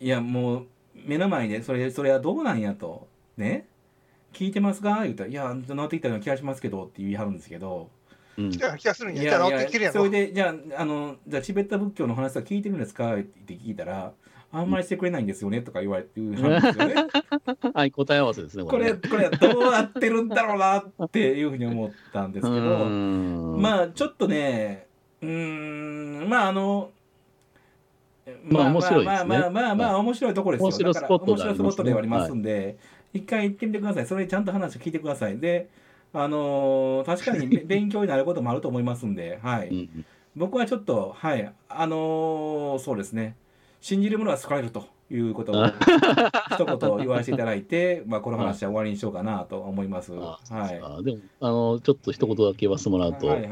いや、もう、目の前で、それ、それはどうなんやと、ね、聞いてますか言うたら、いや、治ってきたような気がしますけど、って言いはるんですけど、うんいや気がするんやいじゃあやい治ってきるややろそれでじゃああのじゃあチベット仏教の話は聞いてるんですかって聞いたらあんまりしてくれないんですよねとか言われてるんですよね。 はい答え合わせですねこれねこれどうなってるんだろうなっていうふうに思ったんですけうどんまあちょっとねうーんまああのまあ面白いでまあすねまあまあまあ面白いところですよ面白いスポットだから面白いスポットではありますんで一回行ってみてくださいそれちゃんと話を聞いてくださいであのー確かに勉強になることもあると思いますんではういん僕はちょっとはいあのーそうですね信じるものは好かれるということを一言言わせていただいて、まあ、この話は終わりにしようかなと思います。はあい。はあでもあのちょっと一言だけ言わせてもらうと、いはい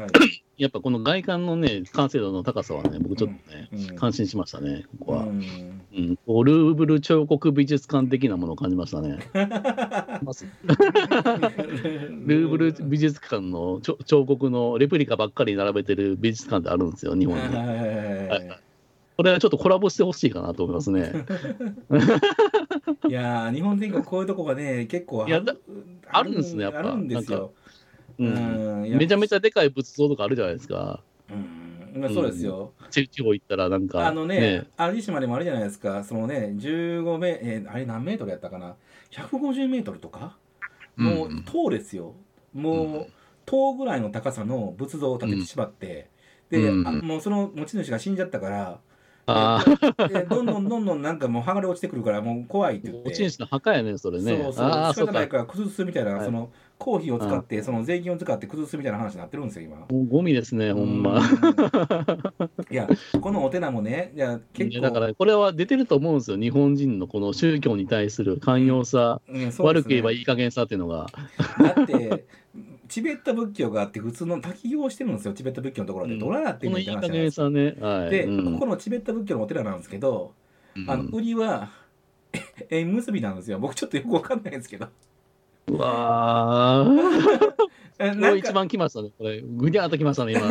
やっぱこの外観のね完成度の高さはね僕ちょっとね、うん感心しましたねここは、うんうんこうルーブル彫刻美術館的なものを感じまし たねまずルーブル美術館のちょ彫刻のレプリカばっかり並べてる美術館ってあるんですよ日本にはこれはちょっとコラボしてほしいかなと思いま すねいいやー日本全国こういうとこがね結構いやだあるんですねやっぱあるんですよ。うんうんめちゃめちゃでかい仏像とかあるじゃないですかうんまあそうですよ。地地方行ったらなんかあのね、有島でもあるじゃないですか、そのね、15メ、えーあれ何メートルやったかな、150メートルとか、うんもう塔ですよ、もうう塔ぐらいの高さの仏像を建ててしまって、うんで、うんあもうその持ち主が死んじゃったから、ああでどんどんどんどんなんかもう剥がれ落ちてくるから、もう怖いって言って。持ち主の墓やねそれねそうそうああ仕そう方なかいから崩すみたいな、はいその公費を使って、その税金を使って崩すみたいな話になってるんですよ、今。もうゴミですねほんうまいや、このお寺もね、いや結いや構、だからこれは出てると思うんですよ、日本人のこの宗教に対する寛容さ、うんそうで悪すくね言えばいい加減さっていうのが、だってチベット仏教があって普通の滝行をしてるんですよチベット仏教のところでうんどらなってこんのねんっていい話じ加ゃないで減すか。さね、はい。で、うんここのチベット仏教のお寺なんですけど、うんあの売りは 縁結びなんですよ僕ちょっとよくわかんないんです けどうわー、えもなうん一か番来ましたね、これ、ぐにゃーっと来ましたね、今。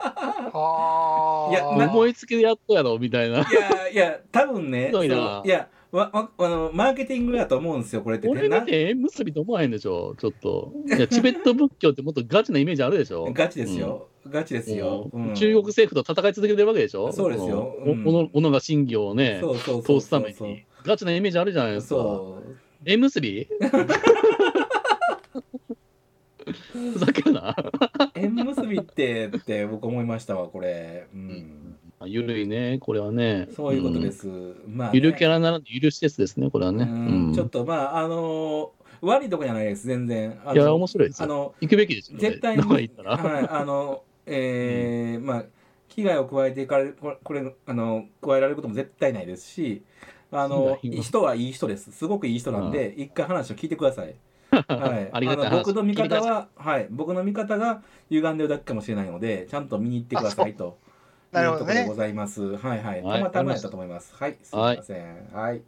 はいいやな思いつきでやっとやろ、みたいいな。やいや多分ねひどいなそういやわわあのマーケティングだと思うんですよこれって俺だなって縁結びと思わへんでしょ、ちょっと。い や、チベット仏教ってもっとガチなイメージあるでしょ。ガチですよ、ガチですよ、もううん中国政府と戦い続けてるわけでしょ。そうですよこのうんおののが信教をね、そうそうそう通すそたうめに。ガチなイメージあるじゃないですか。そう縁結び ふざけるな。縁結びってって僕思いましたわこれ、うん、ゆるいね、これはね。そういうことで。す、まあ、ゆるキャラならぬゆる施設ですね、これはね。うんうんちょっとまああのー悪いとこじゃないです全然あのいや、面白いですあよ。の行くべきですよね。絶対にどこへ行ったら。はいあのえーまあ危害を加えていかれこれこれあの加えられることも絶対ないですしあのいや今人はいい人ですすごくいい人なんで一回話を聞いてくださ い。はい、ありがたい話の僕の見聞いてくだ方さいは、はい、僕の見方が歪んでるだけかもしれないので、ちゃんと見に行ってくださいと。なるほどねいうところでございます。はいはい。はいたまたまやったと思います。はい、すいません。はい。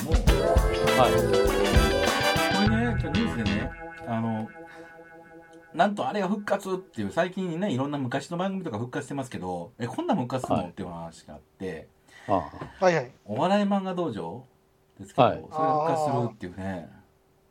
こはれね、今日ニュースでね、あの、なんとあれが復活っていう、最近ね、いろんな昔の番組とか復活してますけど、え、こんなん復活するの、はいっていう話があって、い。ああはいはい。お笑い漫画道場ですけど、はいそれが復活するっていうね。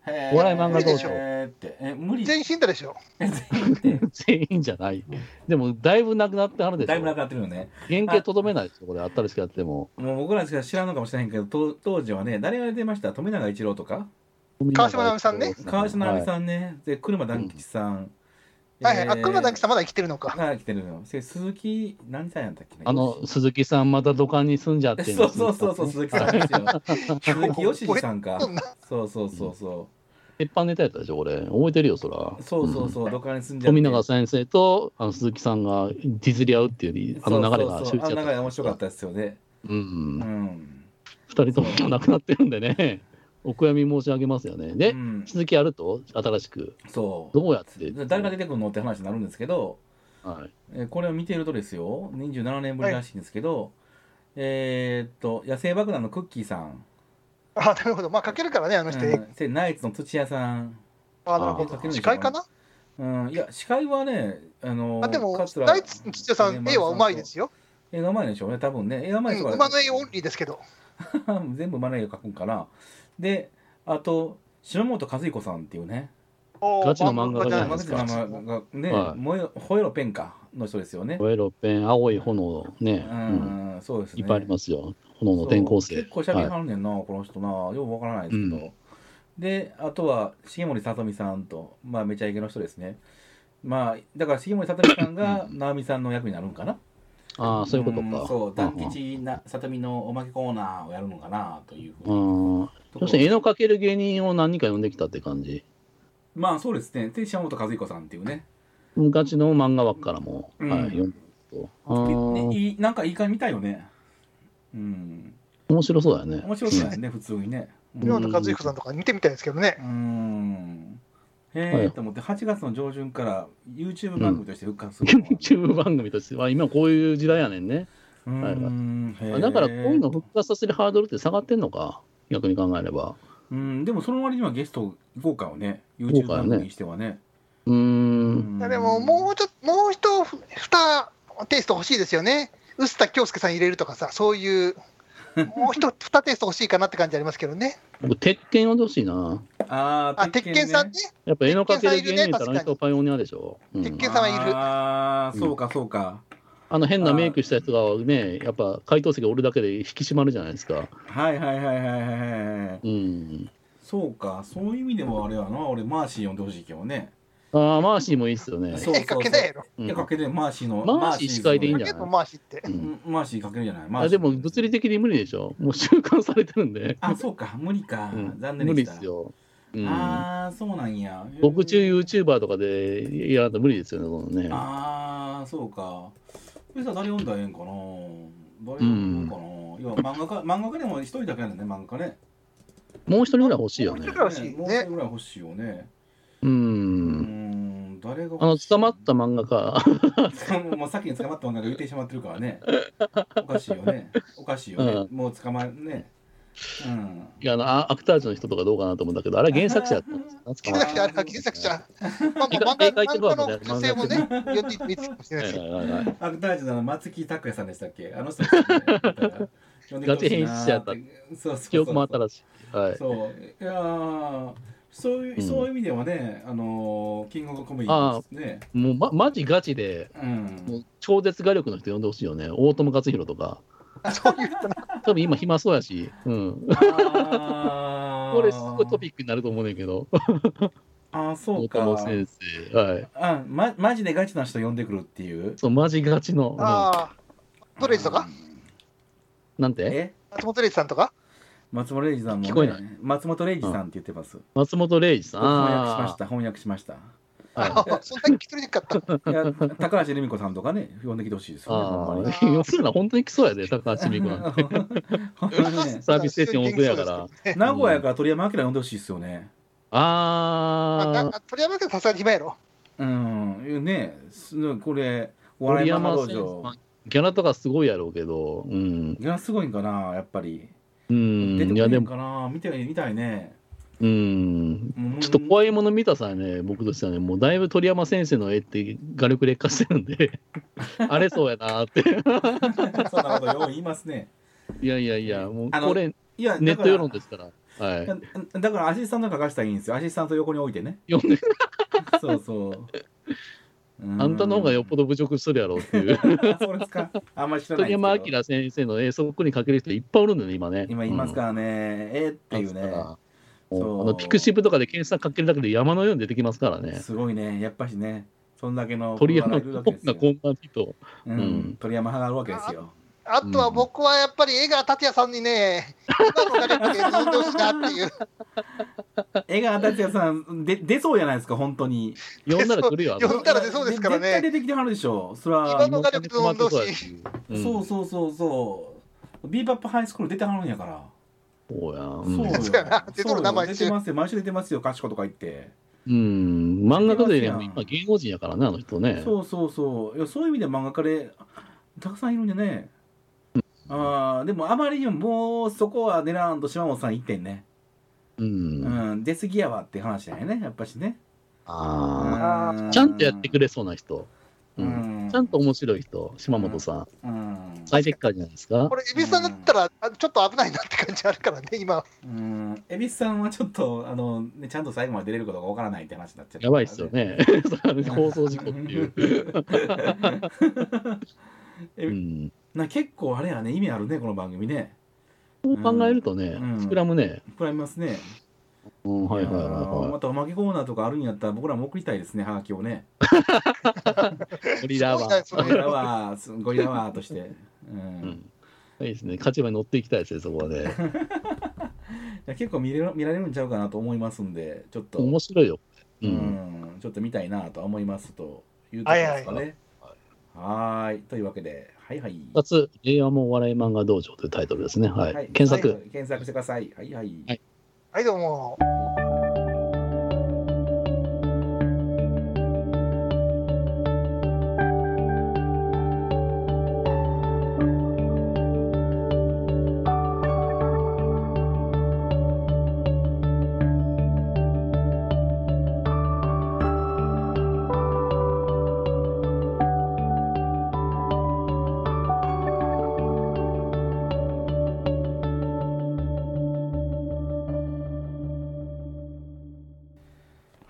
へーお笑い漫画道場へーって、え、無理。全員死んだでしょ。全員って、全員じゃない。でも、だいぶなくなってはるでしだいぶなょく。なってるよね。原型とどめないですよ、これ。あったりしかやっても。もう僕らしか知らんのかもしれへんけど、と当時はね、誰が出てました富永一郎とか、川島直美さんね川島直美ん。さんね、で、車団吉さん。はいはい。あ、えー黒田さんまだ生きてるのか。が来てるのよ。せ鈴木何歳なんだっけね。あの、鈴木さん、また土管に住んじゃってるんそでうすそうそうそう鈴木さんですよ。 鈴木よしじさんかそ。んなそうそうそうそ鉄板ネタやったでしょ、これ。覚えてるよ、そらう。。そうそうそう。どっかに住んじゃって富永先生とあの鈴木さんがディズり合うっていうあの流れがそうそうそ周うあ知のだっ。流れ面白かったたですよね。う、うんん。二人とも亡くなってるんでね、 お悔やみ申し上げますよね。うで、ん、続きやると、新しく、そう。どうやって、誰が出てくるのって話になるんですけど、はい、えーこれを見ているとですよ、27年ぶりらしいんですけど、えーっと、野生爆弾のクッキーさん、あ、なるほど。まあ、かけるからね、あうの人。ん、でナイツの土屋さん、あ、なるあほかけるど。んじ司ゃない会かなうん、いや、司会はね、あのあ、でも、桂ナイツの土屋さん、絵はうまいですよ。映画前でしょうね、多分ね。映画う前んとか、馬の絵オンリーですけど。 全部馬の絵を描くんかな。で、あと、島本和彦さんっていうね、おーガチの漫画家じゃないまでずす名か前がね、はい燃え吠えろペンかの人ですよね。燃えろペン、青い炎、うね、うんん、そうですね。いっぱいありますよ、炎の転校生。そう結構しゃべりはいはるねんな、この人なようわからないですけど、うであとは重森さとみさんとまあめちゃイケの人ですねまあだから重森さとみさん がうん直美さんの役になるんかなああ、そういうことんか。そううんう団ん吉なさとみのおまけコーナーをやるのかなというふううなんとこ要ろするに絵の描ける芸人を何人か呼んできたって感じ。まあそうですねで島本和彦さんっていうね,、ガチの漫画枠からも、うんはい、読んでると。あねーいいなんかいい感じ見たいよねうん面白そうだよね。面白そうやね普通にねうん今の和彦さんとか見てみたいですけどね。うーん。へはえいと思って、8月の上旬から YouTube 番組として復活するの。 YouTube 番組としては、今こういう時代やねんね。うーんへえだからこういうの復活させるハードルって下がってんのか、逆に考えれば。うん、でもその割にはゲスト豪華よね、豪 YouTube 華や番ね組にしてはね。うーん、いやででも、もうちょっと、もう一ふ二テイスト欲しいですよね。臼田恭介さん入れるとかさ、そう いう、もう一二テイスト欲しいかなって感じありますけどね。僕、鉄拳呼んでほしいな。あーあ、鉄拳さんね。。やっぱ絵の描ける鉄拳さんいる芸ね人ったらあの人パイオニアでしょ。うん鉄拳さんはいるああ、うんそうか、そうか。あの変なメイクしたやつがね、やっぱ回答席おるだけで引き締まるじゃないですか。はいはいはいはいはいはい。うん。そうか、そういう意味でもあれやな、俺、マーシー呼んでほしいけどね。ああ、マーシーもいいっすよね。そう絵かけないやろ。うんいや、かけて、マーシーの。マーシー司会でいいんじゃ結な構い回しって。ううんんマーシーかけるじゃない。マーあシでーも物理的に無理でしょ。もう習慣されてるんで。あ、そうか、無理かう。ん残無念理でしったす。よ。うん、ああそうなんや僕中 YouTuber とかでやらないと無理ですよね、このね。ああそうかそれさ誰読んだらええんかな誰読むかな、要は漫画家漫画家でも一人だけやねんね漫画家ねもう一人ぐらい欲しいよもねう一。人欲しいねもう一人ぐらい欲しいよねう。うんん誰があの捕まった漫画家、 もう先に捕まった漫画が言ってしまってるからねおかしいよねおかしいよね、うもう捕まるねうんいやあのあアクタージュの人とかどうかなと思うんだけど、あれ原作者だったんですよ。懐原かし作 い者、あれは原作者。まあ、映ま画あ漫映画行ってこ画よのみたいな女性も ね、読んでみてかもしれないですけどはいはいはいはいアクタージュの松木拓也さんでしたっけあの人ですよねだから呼んでほしいなーガチってそうそうそう記憶も新しい。はい。そういやーそういううんそういう意味ではね、あのーキングオブコメデあィあですね。もう、ま、マジガチで、うんもう超絶画力の人呼んでほしいよね。大友克洋とか。あそういう人多分今暇そうやし。うん。あーこれすごいトピックになると思うねんけど。あーそ大うか友先生。はい。あ、ま、マジでガチな人呼んでくるっていうそう、マジガチの。うんああ、トレイジとかなんてえ松本レイジさんとか松本零士さんも、ね、聞こえない松本零士さんって言ってます、松本零士さん。翻訳しましあた翻訳しましたあー。あはいそんなに聞き取れなかっ た。いや高橋留美子さんとかね呼んできてほしいですよねほあんまにあ。要するに本当に来そうやで、高橋美子 なんて。ほんまにねサービス精神旺盛やから。名古屋から鳥山明呼んでほしいですよねあああ。あ鳥山君さすがに暇やろ。うんねすこれお笑森いママ山道先生ま場あギャラとかすごいやろうけど。ういん。やすごいんかなやっぱり、う出てん。いくや、るでんも、かな見てみたいねうん。ちょっとい怖いもの見たさね、僕としてはね、もうだいぶ鳥山先生の絵って画力劣化してる んで、あれそうやなーって。そんなことよう言いますねいやいやいや、もうあのこれ、いやネッだトから世論ですから。はい。だだからアシスタントが書かせたらいいんですよアシスタント横に置いてね読んで、そう そううあんたの方がよっぽど侮辱するやろうって いう。あそうですかあんまり知らないですけ鳥ど山明先生の絵、そこに描ける人いっぱいおるんだよね、今ね。今いますからね、えー、ってうんいうだねからそうあのピクシブとかで検索かけるだけで山のように出てきますからね。すごいねやっぱしねそんだけの鳥山プロがいるわけっですなよこんな人。ううんん、鳥山派があるわけです よあとは僕はやっぱり江川達也さんに ね、今の画力で飲んでほしいなっていう。江川達也さんで出そうじゃないですか本当に呼んだら来るよ。あの呼んだら出そうですから絶対ね。出てきてはるでしょそれは今の画力で飲んでほしい。んそうそうそうそうビーバップハイスクール出てはるんやから、そうやん。そうよそうやな 出とる名前そうよ出てますよ毎週出てますよ賢とか言って、うん、漫画家出でね、てますやん今芸能人やからね、あの人ね。そうそうそういやそういう意味では漫画家でたくさんいるんでね、あーでもあまりにももうそこは狙わんと島本さん一点ね、う。うんあん、出過ぎやわって話だよねやっぱしねああーうー。ちゃんとやってくれそうな人。う。うんんちゃんと面白い人、島本さうん。ん最適化じゃないですかこ。れ、蛭子さんだったら、あちょっと危ないなって感じあるからね、今。うん蛭子さんはちょっとあの、ね、ちゃんと最後まで出れることがわからないって話になっちゃうやばいっすよね。 放送事故っていう。うん。な結構あれやね意味あるねこの番組ねこう考えるとねうん、膨らむね。膨らみますねうん、はいはいはいあーはまたおまけコーナーとかあるんやったら僕らも送りたいですねハガキをねい。ゴリラは。すゴごいリねラワーゴリラワーとして、うんうん。いいですね。勝ち場に乗っていきたいですね、そこはね。いや結構見れる見られるんちゃうかなと思いますんでちょっと、面白いよ。ううん。んちょっと見たいなとは思いますというところですかはねはーいというわけではいはい二つ、令和もお笑い漫画道場というタイトルですね。はい。検は索。い検索してくださいはいはい、はいはい、どう も。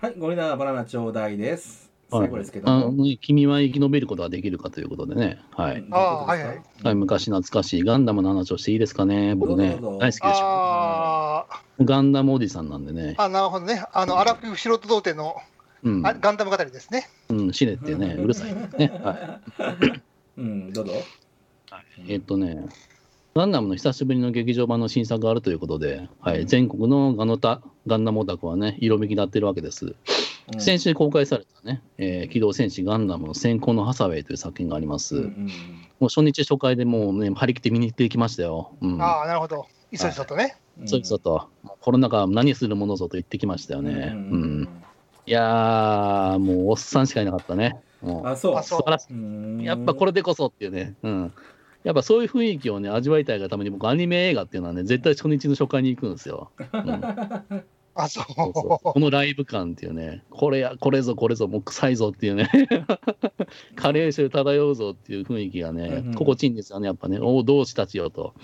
はい、ゴリラバナナちょうだいです。はい最後ですけどあも。の君は生き延びることができるかということでね。はい。どうぞああはいはいはい、昔懐かしいガンダムの話をしていいですかね、僕ね、どうぞどうぞ大好きでしょ。あーガンダムおじさんなんでね、あ、なるほどね。あの、アラフィフ素人童貞のうんあ、ガンダム語りですね。うん、死ねってね、うるさいね。 はうん、どうぞ。い、えっとね、ガンダムの久しぶりの劇場版の新作があるということで、はうんい、全国のガノタ、ガンダムオタクはね、色めき立ってるわけです。うん先週公開されたね、えー機動戦士ガンダムの先行のハサウェイという作品があります。うんうもんう初日初回でもうね、張り切って見に行っていきましたよ。うん、ああ、なるほど。いそいそとね。うんそうそうと、コロナ禍は何するものぞと言ってきましたようんね。ううんんいやー、もうおっさんしかいなかったね。もうあ、そうあ。そう素晴らしうんい。やっぱこれでこそっていうね。うん。やっぱそういう雰囲気をね、味わいたいがために、僕、アニメ映画っていうのはね、絶対初日の初回に行くんですよ。うんあ、そう。そうそう そうこのライブ感っていうね、これや、これぞ、これぞ、もう臭いぞっていうね、 加齢臭漂うぞっていう雰囲気がね、うんうん心地いいんですよね、やっぱね、おお、同志たちよと、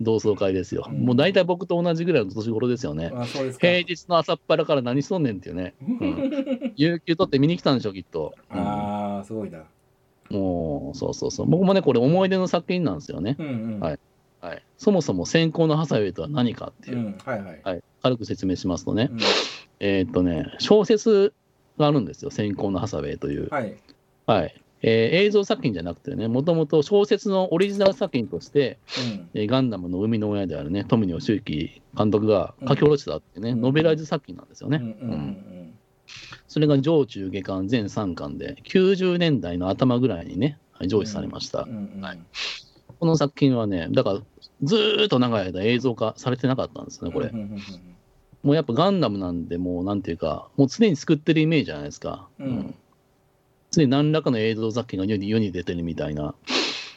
同窓会ですよ。うんもう大体僕と同じぐらいの年頃ですよね。あそうですか。平日の朝っぱらから何しとんねんっていうね、うん、有給取って見に来たんでしょ、きっと。うんああ、すごいな。もう、そうそうそう、僕もね、これ、思い出の作品なんですよね。うんうん。はいはい、そもそも先行のハサウェイとは何かっていうう、ん、はいはい。はい、軽く説明しますとね、うんえーっとね、小説があるんですよ、先行のハサウェイという。はい。はい。えー映像作品じゃなくてね、もともと小説のオリジナル作品として、うんえーガンダムの生みの親であるね、富野義行監督が書き下ろしたっていうね、うんノベライズ作品なんですようね。んうんうんそれが上中下巻全3巻で、90年代の頭ぐらいにね、はい上位されました。うんうんうん。はいこの作品はね、だから、ずーっと長い間映像化されてなかったんですよね、これう。んうんうんもうやっぱガンダムなんで、もうなんていうか、もう常に作ってるイメージじゃないですか。うん常に何らかの映像作品が世に世に出てるみたいな。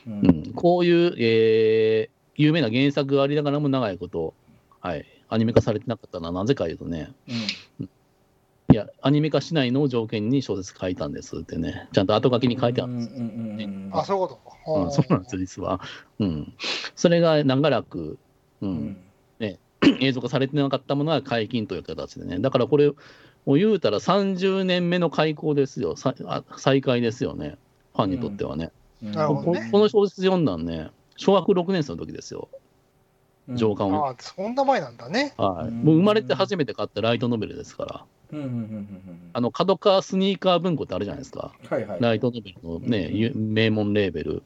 うんううんん、こういう、えー有名な原作がありながらも長いこと、はい、アニメ化されてなかったのはなぜかいうとね、いや、アニメ化しないのを条件に小説書いたんですってね、ちゃんと後書きに書いてあるんです。うんうんうんうんあ、そういうこと。うん、そうなんですよ、実は。うん。それが長らく、う、うんん映像化されてなかったものは解禁という形でね、だからこれ、もう言うたら30年目の開校ですよ、さあ再開ですよね、ファンにとってはね。うんなるほどねここの小説読んだんね、小学6年生の時ですよ、うん上巻をあ、そんな前なんだね。はい、うんもう生まれて初めて買ったライトノベルですから、うんうんうんうんあの角川スニーカー文庫ってあるじゃないですか、うんはいはい。ライトノベルの、ねうんゆ名門レーベル、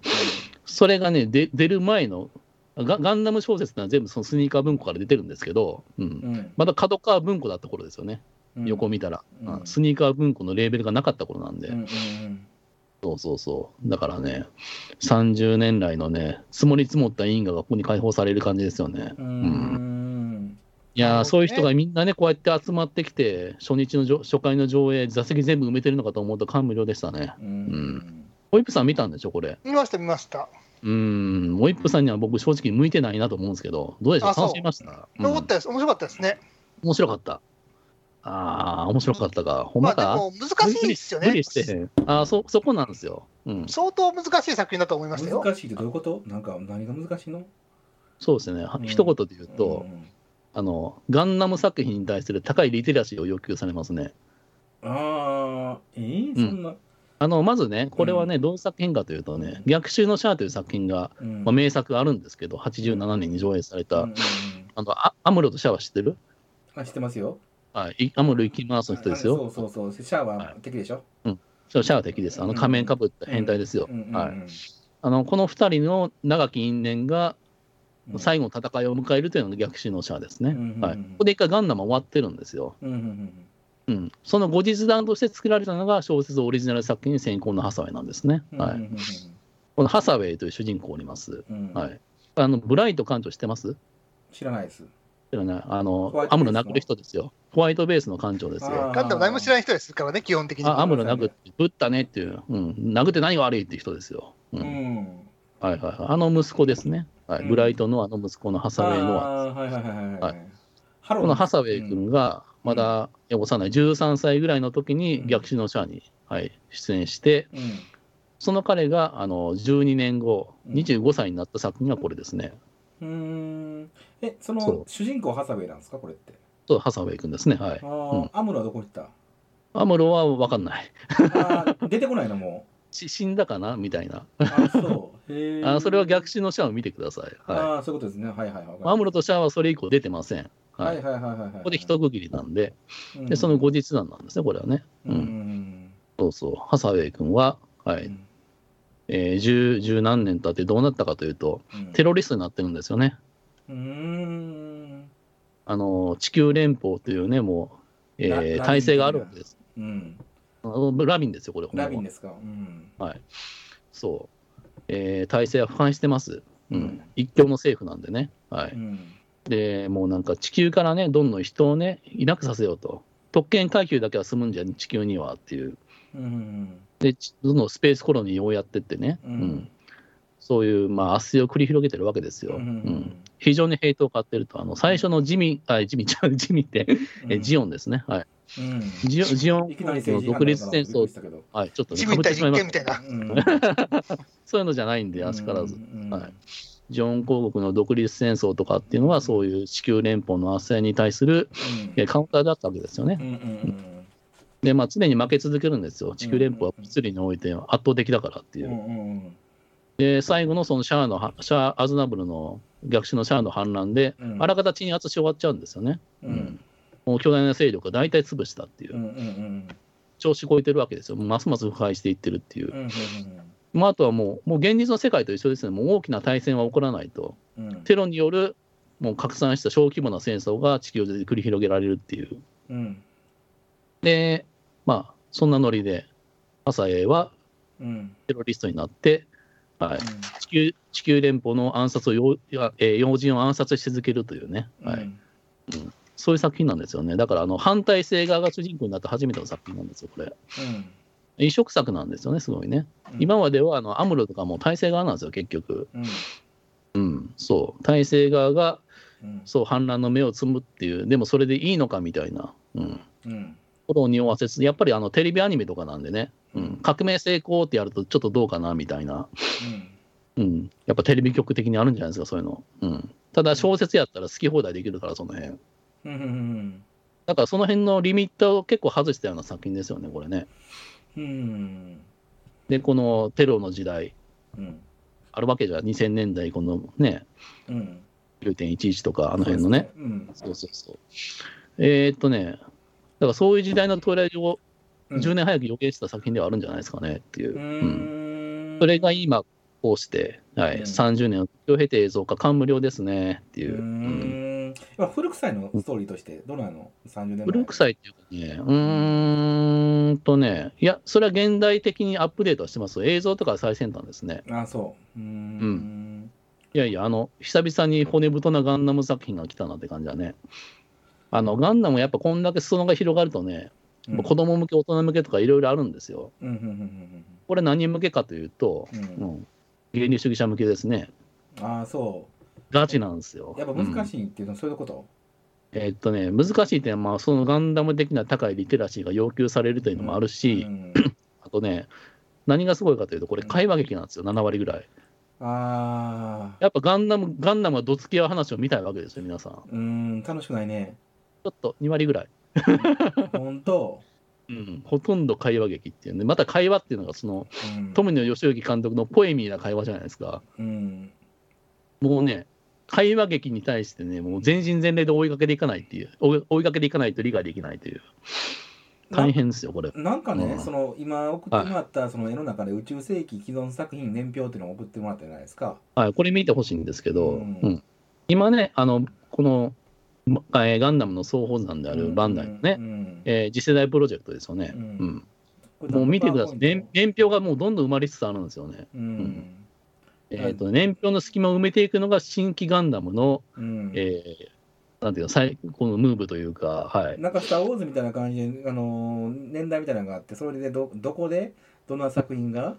それがね、で出る前のガ、ガンダム小説ってのは全部そのスニーカー文庫から出てるんですけど、うん、うんまだ角川文庫だった頃ですよね、うん横見たら、うんうんスニーカー文庫のレーベルがなかった頃なんで、うんうんそうそうそう、だからね、30年来のね、積もり積もった因果がここに解放される感じですよね。うんうんいやなるほーどねそういう人がみんなね、こうやって集まってきて、初日のじょ初回の上映、座席全部埋めてるのかと思うと感無量でしたね。うんんホイップさん見たんでしょ、これ。見ました、見ました。うーん、ホイップさんには僕、正直向いてないなと思うんですけど、どうでしょう、あそう楽しみました、うんよかったです。面白かったですね。面白かった。ああ、面白かったか。ほんままあ、でか。も難しいですよね無。理してへん。ああ、そ、そこなんですよ。うん。相当難しい作品だと思いましたよ。難しいってどういうことなんか何が難しいのそうですね。はうん一言で言うと、あの、ガンダム作品に対する高いリテラシーを要求されますね。うんああ、えーそんな。あの、まずね、これはね、どういう作品かというとね、逆襲のシャアという作品が、うんまあ、名作あるんですけど、87年に上映された、うんうんうんあのアアムロとシャワー知ってる、あ、知ってますよ。はい、いアムロ行き回す人ですあそよ。うそうそう。シャアは敵でしょ。シャワー敵です。あの仮面かぶった変態ですよ。うんうんうんはい、あのこの2人の長き因縁がうん最後の戦いを迎えるというのが逆襲のシャアですね。うんはい、うんここで一回ガンダムは終わってるんですよ。うんうんうんうん、その後日談として作られたのが小説オリジナル作品「先行のハサウェイ」なんですね。うん。はうんい、このハサウェイという主人公おります。うんうんはい、あのブライト艦長知ってます知らないです。知らないあのホワイトアベームスのロ殴る人ですよ。ホワイトベースの艦長ですよ。あーガンダム何も知らない人ですからね、基本的に。あアムロ殴って、ぶったねっていう、うん、殴って何が悪いって人ですよ。うんうん。はいはいはい、あの息子ですね、はいうんブライトのあの息子のハサウェイのあーはいはいはいはいははい。ハロこのハサウェイ君がまだ幼い13歳ぐらいの時にうん逆襲のシャアに、はい、出演して、うん。その彼があの12年後、うん25歳になった作品がこれですね。うん。うーんえ、そそうの主人公ハサウェイなんですかこれって。そうハサウェイ君ですね、はいあ。うんーアムロはどこ行ったアムロは分かんない。あー出てこないのもし死んだかなみたいな。 う。あそう。へーあそれは逆襲のシャアを見てください。はい、ああ、そういうことですね。はいはいはい。アムロとシャアはそれ以降出てません。ははいい、はいはいはいはい。こここで一区切りなんで。で、でその後日談なんですね、これはね。ううんんうん。そうそう。ハサウェイ君は、はうい、んえー十、十何年経ってどうなったかというと、うんテロリストになってるんですよね。うーん。あの、地球連邦というね、もう、ララビえンー体制があるわけです。うん。あのラビンですよ、これ、。ラビンですすか。うん。そう。えー体制は腐敗してます。ううんん。一強の政府なんでね。はうい。ん。で、もうなんか地球からね、どんどん人をね、いなくさせようと。特権階級だけは住むんじゃ、地球にはっていう。うん。で、ちどんどんスペースコロニーをやってってね。ううんんそういう、まあ、圧を繰り広げてるわけですよ。うん非常にヘイトを買ってると、あの最初のジミ、あジミちゃん、ジミって、えジオンですね、はい、うんジオジオンいきなりの政治独立戦争、したけど。はい、ちょっとね、自か民ぶって対しまい実ま験すみたいな。そういうのじゃないんで、あしからず、うんはいジオン公国の独立戦争とかっていうのは、そういう地球連邦の圧政に対するえーカウンターだったわけですよねう。んうんうんで、まあ、常に負け続けるんですよ、地球連邦は物理において圧倒的だからっていうう。んうんうんで最後のそのシャアのはシャア・アズナブルの逆襲のシャアの反乱で、うんあらかた鎮圧し終わっちゃうんですよね、うんうんもう巨大な勢力が大体潰したっていうう、んうん調子こいてるわけですよ、もうますます腐敗していってるっていう、うんまあ、あとはもうもう現実の世界と一緒ですね、もう大きな対戦は起こらないと、うんうんテロによるもう拡散した小規模な戦争が地球上で繰り広げられるっていう、うんで、まあ、そんなノリで、マサエはうんテロリストになって、はい、地球地球連邦の暗殺を要、いやえー要人を暗殺し続けるというね、はいそういう作品なんですよね。だからあの反体制側が主人公になって初めての作品なんですよ、これ。うん移植作なんですよね、すごいね。うん今まではあのアムロとかも体制側なんですよ、結局。うんうん、そう。体制側がうんそう反乱の目をつむっていう、でもそれでいいのかみたいな、うん、うんことを匂わせつつ、やっぱりあのテレビアニメとかなんでね、うん、革命成功ってやるとちょっとどうかなみたいな、うん、やっぱテレビ局的にあるんじゃないですか、そういうの。うん、ただ小説やったら好き放題できるから、その辺。うんうんだからその辺のリミッターを結構外したような作品ですよね、これね。うんで、このテロの時代、うんあるわけじゃん、2000年代、このね、うん9.11とか、あの辺のね。うんそうそうそう。えーっとね、だからそういう時代の到来をうん10年早く予見した作品ではあるんじゃないですかねっていう。ううんんそれが今、こうして、はい、うん30年を経て映像化、感無量ですねっていうう。うんんまあ古臭いのストーリーとしてどのあの30年前古臭いっていうかね、うーんとね、いや、それは現代的にアップデートはしてますよ映像とかは最先端ですね。あそううーんいやいや、あの、久々に骨太なガンダム作品が来たなって感じだね。あの、ガンダムやっぱこんだけ裾野が広がるとね、うん子供向け、大人向けとかいろいろあるんですよ。うんうんうんこれ何向けかというと、うんううんん、原理主義者向けですね。ああそガチなんですよ。うやっぱ難い。しいっていうのはそういうことえっとね、難しいっていうのは、まあ、そのガンダム的な高いリテラシーが要求されるというのもあるし、うんあとね、何がすごいかというと、これ会話劇なんですよ、7割ぐらい。ああやっぱガンダム、ガンダムはどつき合う話を見たいわけですよ、皆さん。ちうーん楽しくないねょっと2割ぐらい。本当うん、ほとんど会話劇っていうね、また会話っていうのがそのうん富野義行監督のポエミーな会話じゃないですか。うんもうね、会話劇に対してね、もう全身全霊で追いかけていかないっていう、追い追いかけていかないと理解できないという、大変ですよ、これ。なんかね、うんその今送ってもらったその絵の中で宇宙世紀既存作品年表っていうのを送ってもらったじゃないですか。はい、これ見てほしいんですけど、ううんん今ね、あのこの、まえーガンダムの総本山であるバンダイのね、うんえー次世代プロジェクトですよね。ううんんもう見てください年。年表がもうどんどん埋まりつつあるんですよね。うん。えーと年表の隙間を埋めていくのが新規ガンダムの、うん。えーなんていうの最このムーブというか、はい、なんかスター・ウォーズみたいな感じで、あのー年代みたいなのがあって、それでどどこでどんな作品が、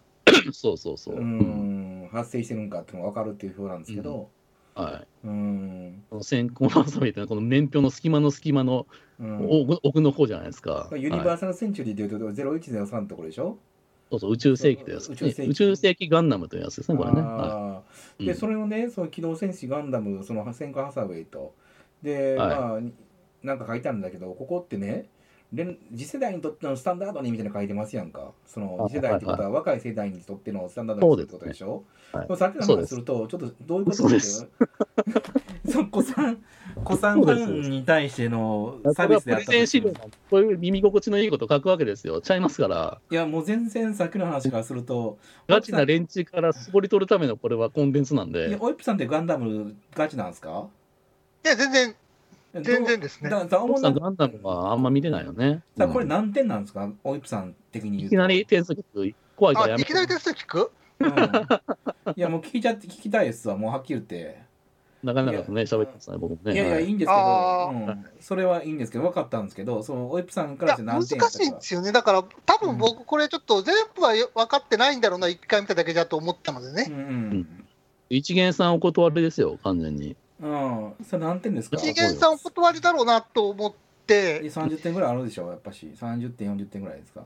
そうそうそうう、ん、発生してるのかっていうのが分かるっていう表なんですけど、はい、うん。この先行の遊びってのはこの年表の隙間の隙間のうん奥奥の方じゃないですか、ユニはバいーサル・センチュリーでいうと0103のところでしょ、そうそう宇宙世紀というやつ、宇宙世紀宇宙世紀ガンダムというやつですねこれね、はあーいで、うんそれをね、その機動戦士ガンダム、その戦艦ハサウェイと、で、はいまあに、なんか書いてあるんだけど、ここってね、連次世代にとってのスタンダードにみたいなの書いてますやんか、そのあ次世代ってことは若い世代にとってのスタンダードにするってことでしょ。そうですねはいもさっきのそうで話すすると、ちょっとどういうことそうってでいうす その子さん、子さんファンに対してのい、サービこれはスプであっレたとゼン資し料てなんでこういう耳心地のいいこと書くわけですよちゃいますからいや、もう全然さっきの話からすると、ガチな連中から絞り取るためのこれはコンテンツなんいやでオイプさんってガンダムガチなんですかいや、全然、全然ですね。だだ奥さんガンダムはあんま見てないよね、さあこれうん何点なんですか、オイプさん的に言いうときなり、点数聞く怖いからあ、やいめきなりてテスト聞くうんいやもう聞きちゃって聞きたいですわもうはっきり言ってなかなかね、喋ってますね、僕もね。いやいや、はいいいんですけどあ、うん、それはいいんですけど、分かったんですけど、そのオイプさんかいらやして難何し点やったか。いんですよね、だから多分僕、これちょっと全部は分かってないんだろうな、一回見ただけじゃと思ったのでね、うん一元さんお断りですよ、完全に。うん。うん。それ何点ですか一次元さんお断りだろうなと思って、三十点ぐらいあるでしょ、やっぱし。三十点、四十点ぐらいですか。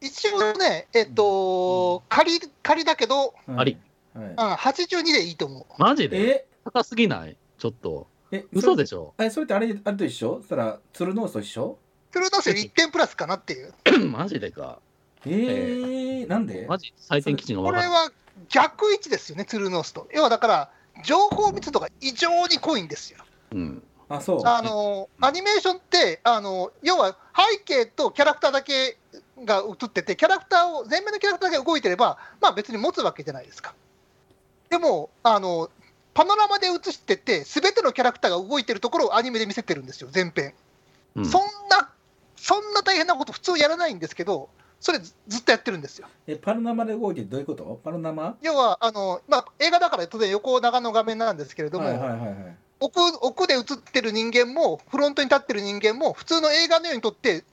一応ね、えっと、仮仮だけど、うんあり。はいうん、82でいいと思う。マジでえ高すぎないちょっと。え嘘でししょえ、それってあれ、あれと一緒そしたら、鶴ノースと一緒それを出せより1点プラスかなっていう、マジでか。えー、なんでマジ採点基準がこ分れかんない。は逆位置ですよね、ツルノースと。要はだから、情報密度が異常に濃いんですよ。うん。あ、そう。あのアニメーションってあの、要は背景とキャラクターだけが映ってて、キャラクターを、前面のキャラクターだけ動いてれば、まあ別に持つわけじゃないですか。でも、あのパノラマで映してて、すべてのキャラクターが動いてるところをアニメで見せてるんですよ、前編。うんそんな、そんな大変なこと、普通やらないんですけど、それずずっとやってるんですよ。え、パルナマで動いてどういうことパルナマ要はあの、まあ、映画だから当然横長の画面なんですけれども、はいはいはいはい。奥奥で映ってる人間もフロントに立ってる人間も普通の映画のように撮って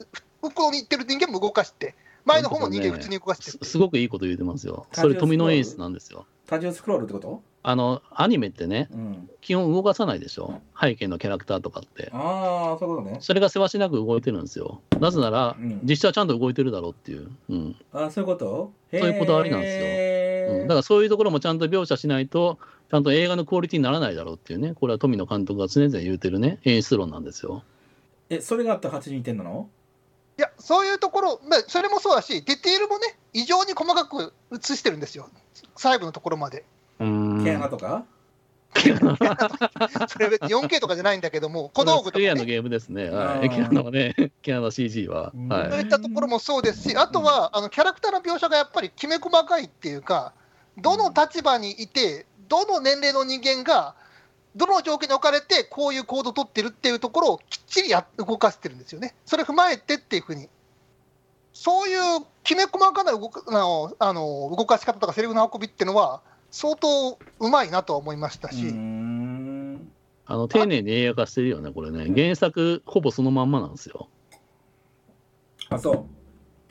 向こうに行ってる人間も動かして前の方も人間普通に動かしてすって、すごくいいこと言うてますよ。それ、富野演出なんですよ。タジオスクロールってことあの、アニメってね、うん。基本動かさないでしょ背景のキャラクターとかって。ああ、そういうことね。それがせわしなく動いてるんですよ。なぜならうん、実写はちゃんと動いてるだろうっていう。うん。あそういうことそういうこだわりなんですよすうんだからそういうところもちゃんと描写しないと、ちゃんと映画のクオリティにならないだろうっていうね、これは富野監督が常々言うてるね、演出論なんですよ。え、それがあったら82点なのいやそういうところ、まあ、それもそうだしディテールもね異常に細かく映してるんですよ細部のところまでうケアナん。とか、それ別に 4K とかじゃないんだけども小道具とか、ケアのね、ゲームですね。あはーい。ケアのね、 ケアの CG は。そうはいったところもそうですしあとはあのキャラクターの描写がやっぱりきめ細かいっていうかどの立場にいてどの年齢の人間がどの条件に置かれてこういう行動を取ってるっていうところをきっちりや動かしてるんですよねそれ踏まえてっていうふうにそういうきめ細かな動かあのあの動かし方とかセリフの運びっていうのは相当うまいなとは思いましたうし、ーん。あの、丁寧に映画化してるよね、これね。原作、ほぼそのまんまなんですよ。あ、そ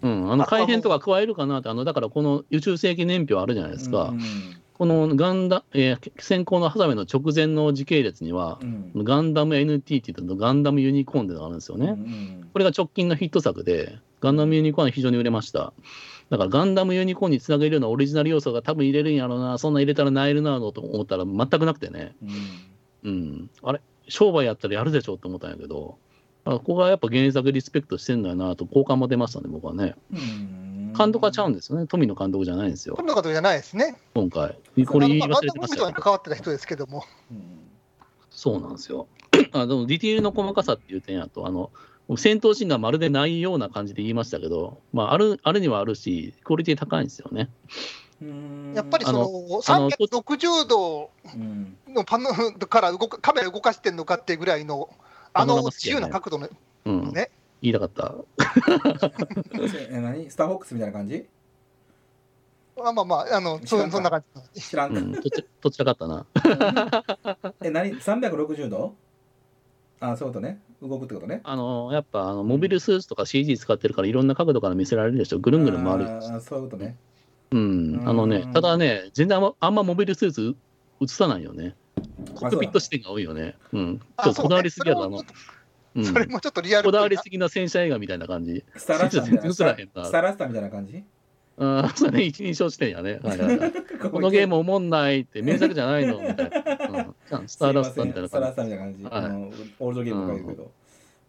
う。うん。あの、改変とか加えるかなって、あの、だからこの宇宙世紀年表あるじゃないですかう。んこのガンダ、えー、先行のハサウェイの直前の時系列にはう、んガンダム NT っていうのとガンダムユニコーンっていうのがあるんですようね。んこれが直近のヒット作で、ガンダムユニコーンは非常に売れました。だからガンダムユニコーンにつなげるようなオリジナル要素が多分入れるんやろうな、そんなん入れたらなえるなぁと思ったら全くなくてね、うんうん、あれ、商売やったらやるでしょって思ったんやけど、あここがやっぱ原作リスペクトしてんだよなぁと好感も出ましたね、僕はね。うん監督はちゃうんですよね、富野監督じゃないんですよこ、の方じゃないですね。今回。これ言いあの忘れてましたあのけど関わってた人ですけども、うんそうなんですよ。 あでもディティールの細かさっていう点やと、あの戦闘シーンがまるでないような感じで言いましたけど、まあ、あるあるにはあるし、クオリティ高いんですよね。うんやっぱりそあのの360度うんのパノから動かカメラ動かしてんのかってぐらいの、あパノラのマ好き自やね由な角度の、うん、ね言いたかった。え何スターフォックスみたいな感じあまあまあ、あの知そらんかそんな感じ。知らんうか、ん、とっち とっちらかったな。え何360度あそういうことね動くってことねあのやっぱあのモビルスーツとか CG 使ってるから、いろんな角度から見せられるでしょ、ぐるんぐるん回る。あーそういうことねうん、あのねうん、ただね、全然あんまあんまモビルスーツ映さないよね。コックピット視点が多いよね。うん、ちょっとこだわりすぎやと、あそれものちょっうとんそれもちょっとリアルこだわりなすぎな戦車映画みたいな感じ。スターラスターみたいな映らへんなスターラスターみたいな感じああ、そうね、一人称視点 やね。はいはいはい、このゲームおもんないって、名作じゃないの みたいな。うん、スターラスターみたいなスター感ラスターみたいな感じ、はいあのオールドゲームがいるけど、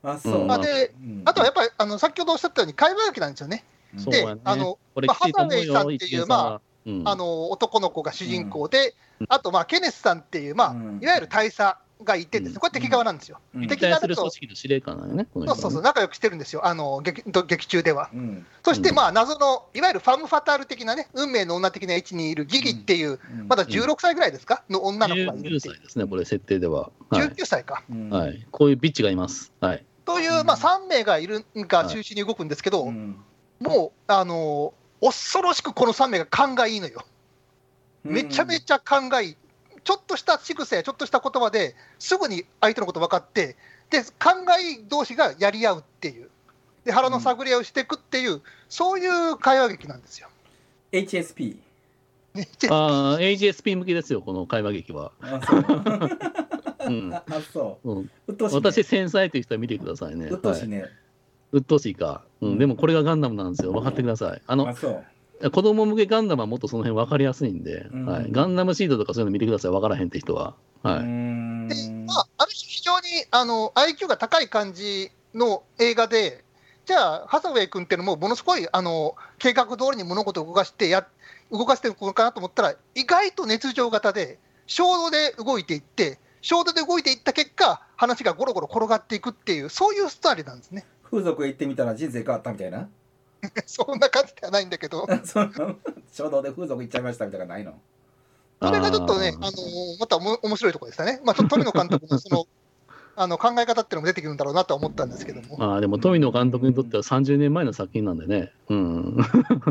あそう、うんあでうんあとはやっぱりあの先ほどおっしゃったように会話劇なんですよね。じ。そうで、やね。あのこれきついとま思うあハサウェイさんっよ、ていう一見さんは。うんあの男の子が主人公で、あとまあケネスさんっていう、まあうんいわゆる大佐がいてです、うんねこれ敵側なんですよ。うん敵対する組織の司令官なのね、この人そうはねそうそう仲良くしてるんですよ。あの劇劇中では。うんそしてうんまあ謎のいわゆるファムファタール的なね運命の女的な位置にいるギギっていう、うんまだ16歳ぐらいですかの女の子がいる19っていう歳ですね、これ、設定では。はい。 19歳か。うんはい、こういうビッチがいます。はい。というう、んまあ、3名がいるはがい中心に動くんですけど、うんもう、あのー恐ろしくこの3名が勘がいいのよ、めちゃめちゃ勘がいい、ちょっとした仕草やちょっとした言葉ですぐに相手のこと分かってで考え同士がやり合うっていうで腹の探り合いをしていくっていう、そういう会話劇なんですよ。 HSP ねでああ、HSP 向きですよ、この会話劇は。 あそううんあそうん、ううっとうしいね私、繊細という人は見てくださいね。うっとうしいはいね、うっとうしいか、うん。でもこれがガンダムなんですよ。分かってください。あのあそう子供向けガンダムはもっとその辺分かりやすいんで、うんはい、ガンダムシードとかそういうの見てください。分からへんって人は。うーはい。んでまあ、ある種、非常にあの IQ が高い感じの映画で、じゃあ、ハサウェイ君っていうのも、ものすごいあの計画通りに物事を動かしてや、動かしていくのかなと思ったら、意外と熱情型で、衝動で動いていって、衝動で動いていった結果、話がゴロゴロ転がっていくっていう、そういうスタイルなんですね。 風俗へ行ってみたら人生変わったみたいなそんな感じではないんだけど、その衝動で風俗行っちゃいましたみたいなのない のそれがちょっとね、ああのーまたおも面白いところでしたね。まあ、ちょっと鳥野監督のその あの考え方っていうのも出てくるんだろうなとは思ったんですけども。まあでも富野監督にとっては30年前の作品なんでね、うん、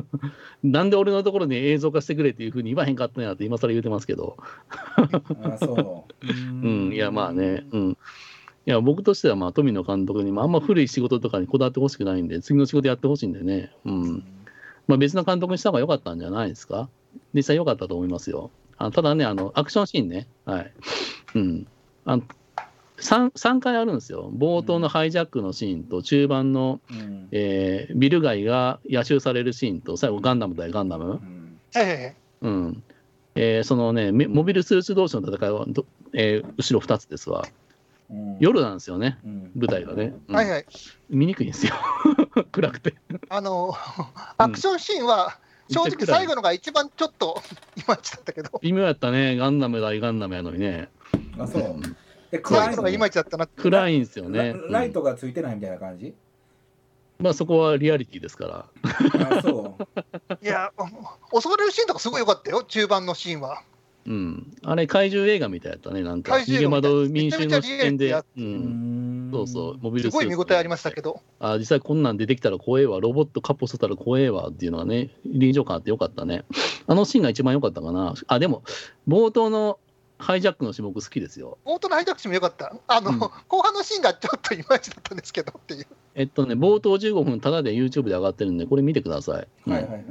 なんで俺のところに映像化してくれっていうふうに言わへんかったんやって今更言うてますけど、あそううん、いやまあね、うん、いや僕としてはまあ富野監督にもあんま古い仕事とかにこだわってほしくないんで次の仕事やってほしいんでね、うんまあ、別の監督にした方が良かったんじゃないですか実際良かったと思いますよあただねあのアクションシーンねはい、うん、あの 3, 3回あるんですよ冒頭のハイジャックのシーンと中盤のうんえービル街が野襲されるシーンと最後ガンダムだよガンダムう、んはいはいはいうんえーそのねメモビルスーツ同士の戦いはど、えー後ろ2つですわうん夜なんですよねうん舞台がね、うんはいはい見にくいんですよ 暗くてあの、アクションシーンは、正直最後のが一番ちょっと、 いまいちだったけど、微妙やったねガンダムだいガンダムやのにねあそうえ暗最後いのがいまいちだったなって。暗いんですよね、ラライトがついてないみたいな感じうんまあそこはリアリティですからあそういや、襲われるシーンとかすごい良かったよ、中盤のシーンは。うんあれ怪獣映画みたいやったねなんか怪逃げ獣映画惑うみ民たい衆なの視点めちでゃ、う、うんんそうそうモビすルスーツごい見応えありましたけど、あ実際こんなん出てきたら怖えわロボットカッポしてたら怖えわっていうのがね臨場感あってよかったねあのシーンが一番良かったかなあでも冒頭のハイジャックの種目好きですよ冒頭のハイタックシも良かった。あの、うん後半のシーンがちょっといまいちだったんですけどっていう。えっとね冒頭15分ただで YouTube で上がってるんでこれ見てください、うんはいはいはい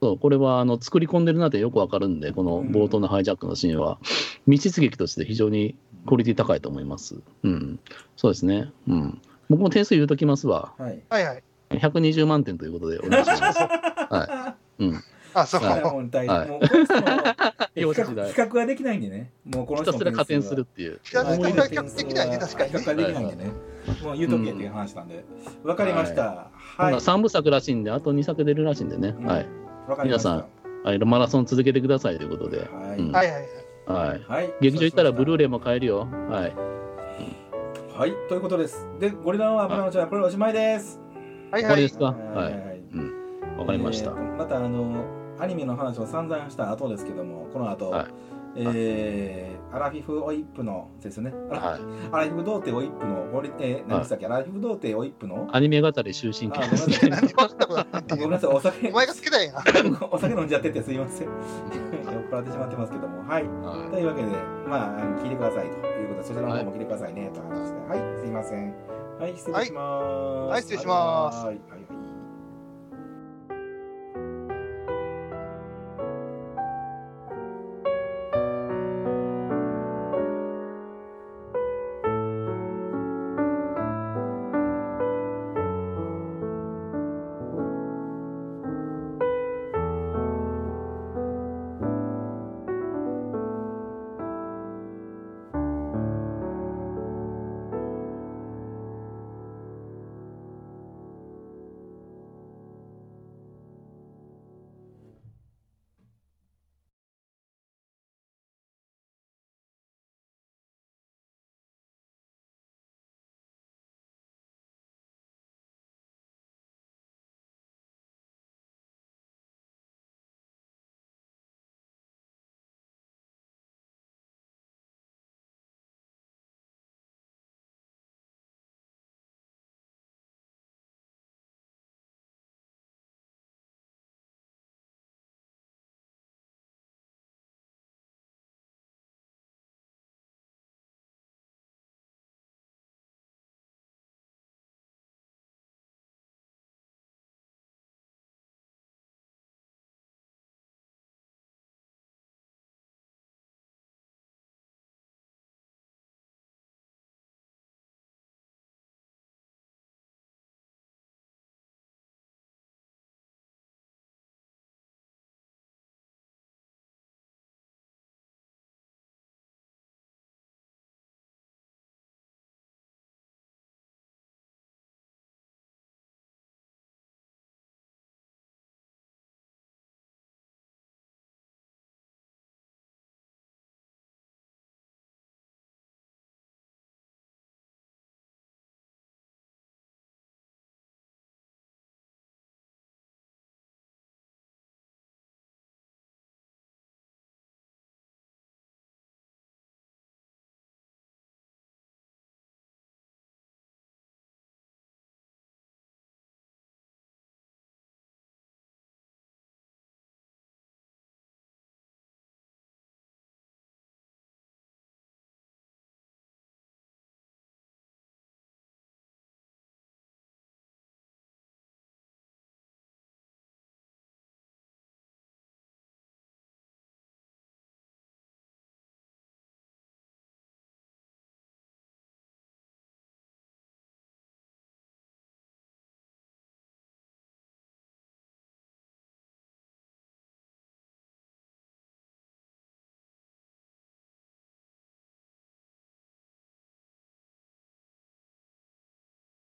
そうこれはあの作り込んでるなってよくわかるんでこの冒頭のハイジャックのシーンは未実劇として非常にクオリティ高いと思いますうんそうですねうん僕も点数言うときますわはいはいはい。 120万点ということでお願いし ますはい、うんあ、そうはいもう大はいもうこの人の比幼較稚時代比較ができないんでねもうこのひ人のたすら加点するっていうひたすら点数は比較できないね確かにね比較ができないんでねもう言うとけっていう話なんでわかりましたはいまあ三部作らしいんで、あと二作出るらしいんでね、うんはい、わかりました皆あれマラソン続けてくださいということで、はいうんはいはい。はい、はい劇場行ったらブルーレイイも買えるよ、はい、はいということですでゴリラの油のちゃんこれおしまいですはいこはれでいす。か、はい、いわかりましたえ。ーまたあのアニメの話を散々した後ですけどもこの後、はいえーアラフィフオイップのですねアラ,、はい、アラフィフ童貞オイップのゴリえー何でしたっけ、アラフィフ童貞オイップのアニメ語り終身あ権ごめん何なさいですね。で分かったことだってごいめんう。なさいお酒お前が好きだよな。 お酒飲んじゃっててすいません酔っ払ってしまってますけどもはいはというわけでまああの聞いてくださいということでそちらの方も聞いてくださいね、という話ではいすいませんはい失礼します、はいはい失礼しますはいはい